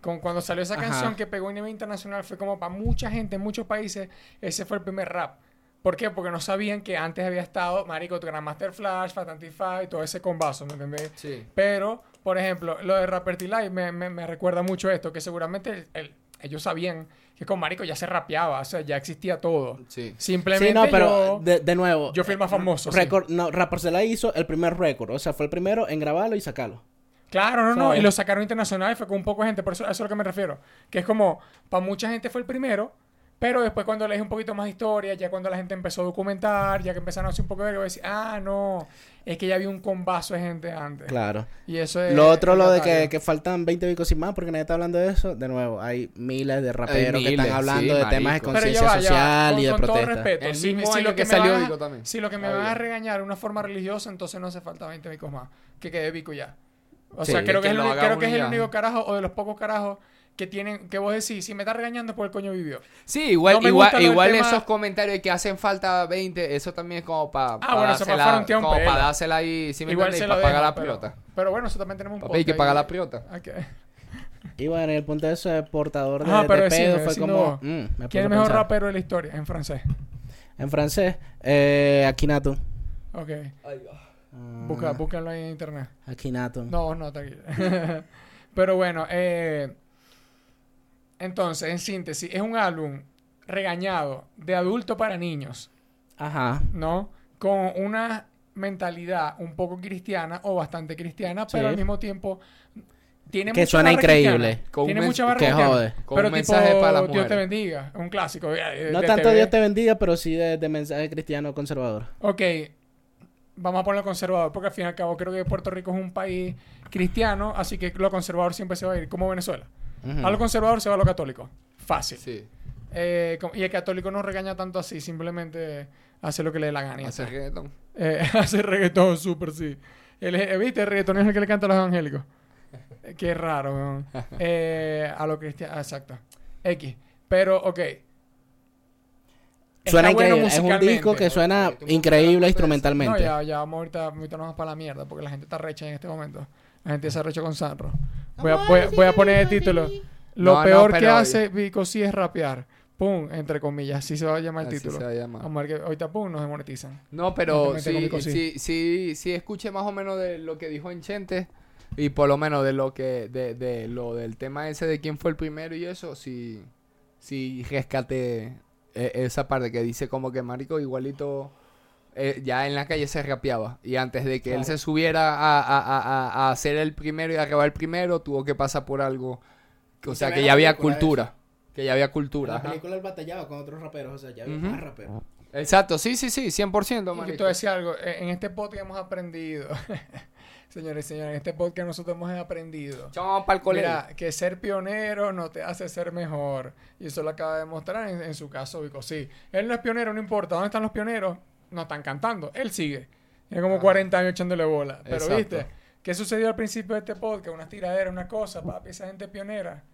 S4: Con, cuando salió esa
S3: Ajá.
S4: canción que pegó a nivel internacional, fue como para mucha gente, en muchos países, ese fue el primer rap. ¿Por qué? Porque no sabían que antes había estado, marico, Grandmaster Flash, Fat Antify, todo ese combazo, ¿me entendés?
S2: Sí.
S4: Pero, por ejemplo, lo de Rapper Delight me, me- me recuerda mucho esto, que seguramente el- el- ellos sabían que con marico ya se rapeaba, o sea, ya existía todo.
S2: Sí.
S4: Simplemente
S3: Sí, no, pero
S4: yo,
S3: de, de nuevo,
S4: yo fui el más famoso. sí.
S3: récord, no, Rapporcela hizo el primer récord, o sea, fue el primero en grabarlo y sacarlo.
S4: Claro, no, no.
S3: ¿Sabes?
S4: Y lo sacaron internacional y fue con un poco de gente. Por eso, a eso es a lo que me refiero. Que es como, para mucha gente fue el primero, pero después cuando lees un poquito más de historia, ya cuando la gente empezó a documentar, ya que empezaron a hacer un poco de verga, decir, ah, no, es que ya había un combazo de gente antes.
S3: Claro.
S4: Y eso es.
S3: lo otro,
S4: es
S3: lo
S4: la
S3: de que,
S4: talla.
S3: que faltan 20 bicos y más, porque nadie está hablando de eso. De nuevo, hay miles de raperos que
S2: miles,
S3: están hablando
S2: sí,
S3: de temas de
S2: marico.
S4: Pero ya
S3: conciencia
S4: va, ya va,
S3: social
S4: con-
S3: y de
S4: con Todo
S3: protesta.
S4: respeto,
S2: El
S4: si,
S2: mismo
S4: si
S2: año
S4: lo que,
S2: que
S4: me
S2: salió
S4: van a-
S2: Vico también.
S4: Si lo que me van a
S2: Obvio.
S4: regañar de una forma religiosa, entonces no hace falta 20 bicos más. Que quede Vico ya. O
S2: Sí,
S4: sea, creo
S2: que
S4: que, es, el
S2: lo
S4: único-
S2: haga
S4: creo que
S2: uno
S4: es el
S2: ya.
S4: único carajo o de los pocos carajos que tienen, que vos decís, si me está regañando, por el coño vivió.
S2: Sí, igual,
S4: No me gusta
S2: igual,
S4: lo del
S2: igual
S4: tema-
S2: esos comentarios que hacen falta 20, eso también es como para
S4: Ah, bueno, eso fue frontear un
S2: como
S4: pela.
S2: para dársela ahí, si me
S4: Igual
S2: entiendes?
S4: se
S2: y
S4: lo
S2: para pagar
S4: dejo,
S2: la
S4: pero-
S2: pelota.
S4: Pero bueno, eso también tenemos un
S2: Papi, hay que
S4: podcast
S2: pagar
S4: ahí.
S2: la pelota.
S4: Ok.
S3: Y bueno, el punto de eso de portador de,
S4: Ajá, pero
S3: de pedo
S4: decime,
S3: fue
S4: decime
S3: como.
S4: vos.
S3: mm, me puse
S4: ¿Quién es
S3: a
S4: el mejor
S3: pensar.
S4: rapero de la historia? En francés.
S3: En francés, eh, Ah, Akinato.
S4: Ok. Busca,
S2: Mm.
S4: búscalo ahí en internet.
S3: Akinato.
S4: No, no, tranquilo. Pero bueno, eh, entonces, en síntesis, es un álbum regañado de adulto para niños,
S3: Ajá.
S4: ¿no? Con una mentalidad un poco cristiana o bastante cristiana, pero
S3: Sí.
S4: al mismo tiempo tiene
S3: Que
S4: mucha
S3: suena
S4: barra
S3: increíble.
S4: cristiana.
S2: Con un
S4: tiene
S2: mens-
S4: mucha barra
S3: que
S4: cristiana,
S3: jode.
S2: Con
S4: pero
S2: un
S4: tipo,
S2: mensaje para las
S4: Dios te
S2: mujeres.
S4: bendiga, un clásico. eh,
S3: No
S4: de
S3: tanto
S4: TV.
S3: Dios te bendiga, pero sí de, de mensaje cristiano conservador.
S4: Ok, vamos a ponerlo conservador, porque al fin y al cabo creo que Puerto Rico es un país cristiano, así que lo conservador siempre se va a ir, como Venezuela.
S3: Ujú.
S4: A lo conservador se va a lo católico. Fácil.
S2: Sí,
S4: Eh, com- y el católico no regaña tanto así, simplemente hace lo que le dé la gana. y
S2: hacer
S4: ya.
S2: reggaetón.
S4: Eh, hace reggaetón, súper, sí. El, eh, ¿Viste? El reggaetón es el que le canta a los evangélicos. Eh, Qué raro, weón. Eh, a lo cristiano, exacto. X. Pero, ok. Está
S3: Suena
S4: bueno
S3: increíble. es un disco
S4: musicalmente.
S3: que suena
S2: Porque tú
S3: increíble
S2: no
S3: instrumentalmente.
S4: No, ya, ya vamos ahorita, ahorita nos vamos para la mierda porque la gente está recha en este momento. La gente se recha con Sanro. Voy a, voy a- voy a poner el título. Lo
S2: No, no,
S4: peor que
S2: pero-
S4: hace Vico sí es rapear. Pum, entre comillas. Sí se va a llamar el
S2: Así
S4: título.
S2: se va a llamar.
S4: Vamos a ver que ahorita pum nos demonetizan.
S2: No,
S4: No te
S2: pero
S4: metes
S2: sí,
S4: conmigo, sí.
S2: sí. Sí, sí escuché más o menos de lo que dijo Enchente y por lo menos de lo que de, de lo del tema ese de quién fue el primero y eso, sí sí rescate eh, esa parte que dice como que marico igualito eh, ya en la calle se rapeaba y antes de que él se subiera a, a, a- a- a hacer el primero y a grabar el primero tuvo que pasar por algo, que- o sea
S3: ve
S2: que
S3: la
S2: ya había
S3: película de
S2: cultura, que ya había cultura. ajá.
S3: él batallaba con otros raperos, o sea, ya
S2: había Ujú. más
S3: raperos.
S2: Exacto, sí, sí, sí, 100%,
S4: Y yo
S2: marico.
S4: te voy a decir algo. eh, En este podcast hemos aprendido. señores y señores, en este podcast nosotros hemos aprendido.
S2: Chamo pa'l colegio.
S4: Mira, que ser pionero no te hace ser mejor. Y eso lo acaba de demostrar en, en su caso, Vico. Sí, él no es pionero, no importa. ¿Dónde están los pioneros? No están cantando. Él sigue. Tiene como 40 años echándole bola. Pero
S2: Exacto.
S4: viste, ¿qué sucedió al principio de este podcast? Unas tiraderas, una cosa, papi, esa gente pionera.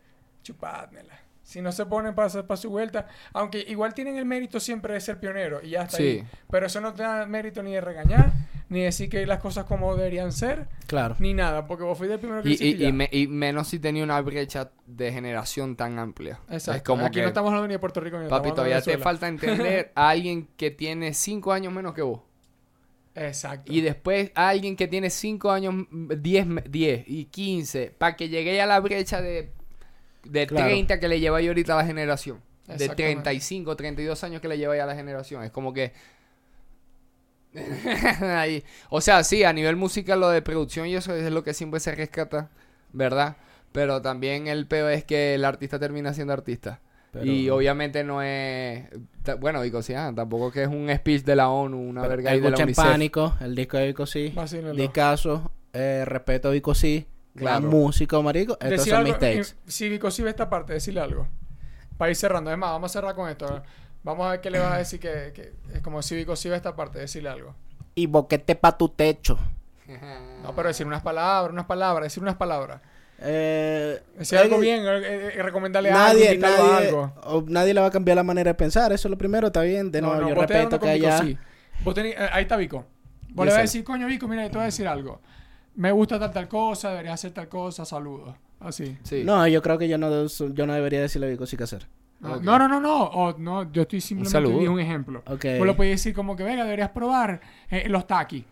S4: Chupadmela. Si no se ponen para su vuelta, aunque igual tienen el mérito siempre de ser pionero y ya está.
S2: Sí.
S4: ahí. Pero eso no te da mérito ni de regañar, ni decir que las cosas como deberían ser.
S3: Claro.
S4: ni nada, porque vos fuiste el primero que lo
S2: Y,
S4: hiciste
S2: y- y
S4: ya.
S2: me- y menos si tenía una brecha de generación tan amplia.
S4: Exacto.
S2: Es como
S4: Aquí
S2: que,
S4: no estamos hablando ni de Puerto Rico ni estamos
S2: papi,
S4: hablando de
S2: todavía te
S4: Venezuela.
S2: falta entender a alguien que tiene 5 años menos que vos.
S4: Exacto.
S2: Y después a alguien que tiene 5 años, 10, 10 y 15, para que llegue a la brecha de, de
S3: Claro.
S2: 30 que le lleva yo ahorita a la generación. De
S4: Exactamente.
S2: 35, 32 años que le lleva ya a la generación. Es como que... Ahí. O sea, sí, a nivel musical lo de producción y eso es lo que siempre se rescata, ¿verdad? Pero también el peo es que el artista termina siendo artista.
S3: Pero-
S2: Y obviamente no es... ta- Bueno, digo, sí, ah, tampoco que es un speech de la ONU, una
S3: Pero
S2: verga ahí de la
S3: escuchen
S2: UNICEF.
S3: Pánico, el disco de Vico Sí.
S4: Vacílenlo.
S3: Discaso, eh, respeto a Vico Sí. Gran
S2: Claro.
S3: músico, marico. Estos
S4: Decir
S3: son
S4: algo,
S3: mis takes.
S4: y- Si Vico sí ve esta parte, decirle algo. Para ir cerrando. Es más, vamos a cerrar con esto. Vamos a ver qué le vas a decir que, que- es como si Vico sí ve esta parte, decirle algo.
S3: Y boquete pa' tu techo.
S4: No, pero decir unas palabras, unas palabras, decir unas palabras.
S3: Eh,
S4: Decir
S3: eh,
S4: algo bien, eh, eh, recomendarle
S3: Nadie,
S4: algo, invitarlo a
S3: nadie,
S4: algo.
S3: o nadie le va a cambiar la manera de pensar. Eso es lo primero, está bien. De nuevo, yo
S4: vos te
S3: respeto
S4: dando
S3: que
S4: con Vico,
S3: haya.
S4: sí. Vos tenés- eh, ahí está Vico. Vos le vas
S3: Díselo.
S4: a decir, coño Vico, mira, yo te voy a decir algo. Me gusta tal tal cosa, deberías hacer tal cosa, saludos. Así.
S2: Sí.
S3: No, yo creo que yo no, yo no debería decirle a Vico sí que hacer.
S4: No,
S2: Ok.
S4: Ah, no, no, no, no. O, no, yo estoy simplemente
S2: saludo.
S4: dije un ejemplo.
S3: Ok.
S4: Vos lo podés decir como que, venga, deberías probar eh, los taquis.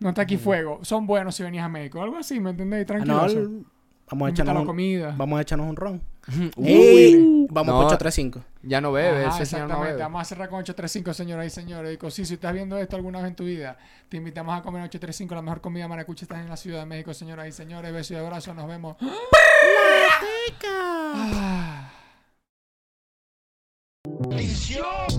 S4: Los taquis fuego. Son buenos si venías a México. Algo así, ¿me entendéis?
S3: Ah,
S4: Tranquilo.
S3: no,
S4: eso.
S3: el- vamos a
S4: Invítalo
S3: echarnos
S4: a
S3: un,
S4: comida.
S3: vamos a echarnos un ron.
S2: Uh,
S3: Ey, vamos
S2: No.
S3: a escuchar 3-5.
S2: Ya no bebe,
S4: Ajá,
S2: ese señor no
S4: exactamente.
S2: bebe.
S4: Vamos a cerrar con 835, señoras y señores. Digo, sí, si estás viendo esto alguna vez en tu vida, te invitamos a comer 835, la mejor comida maracucha estás en la Ciudad de México, señoras y señores. Besos y abrazos, nos vemos. Ah.
S6: ¡Maldición!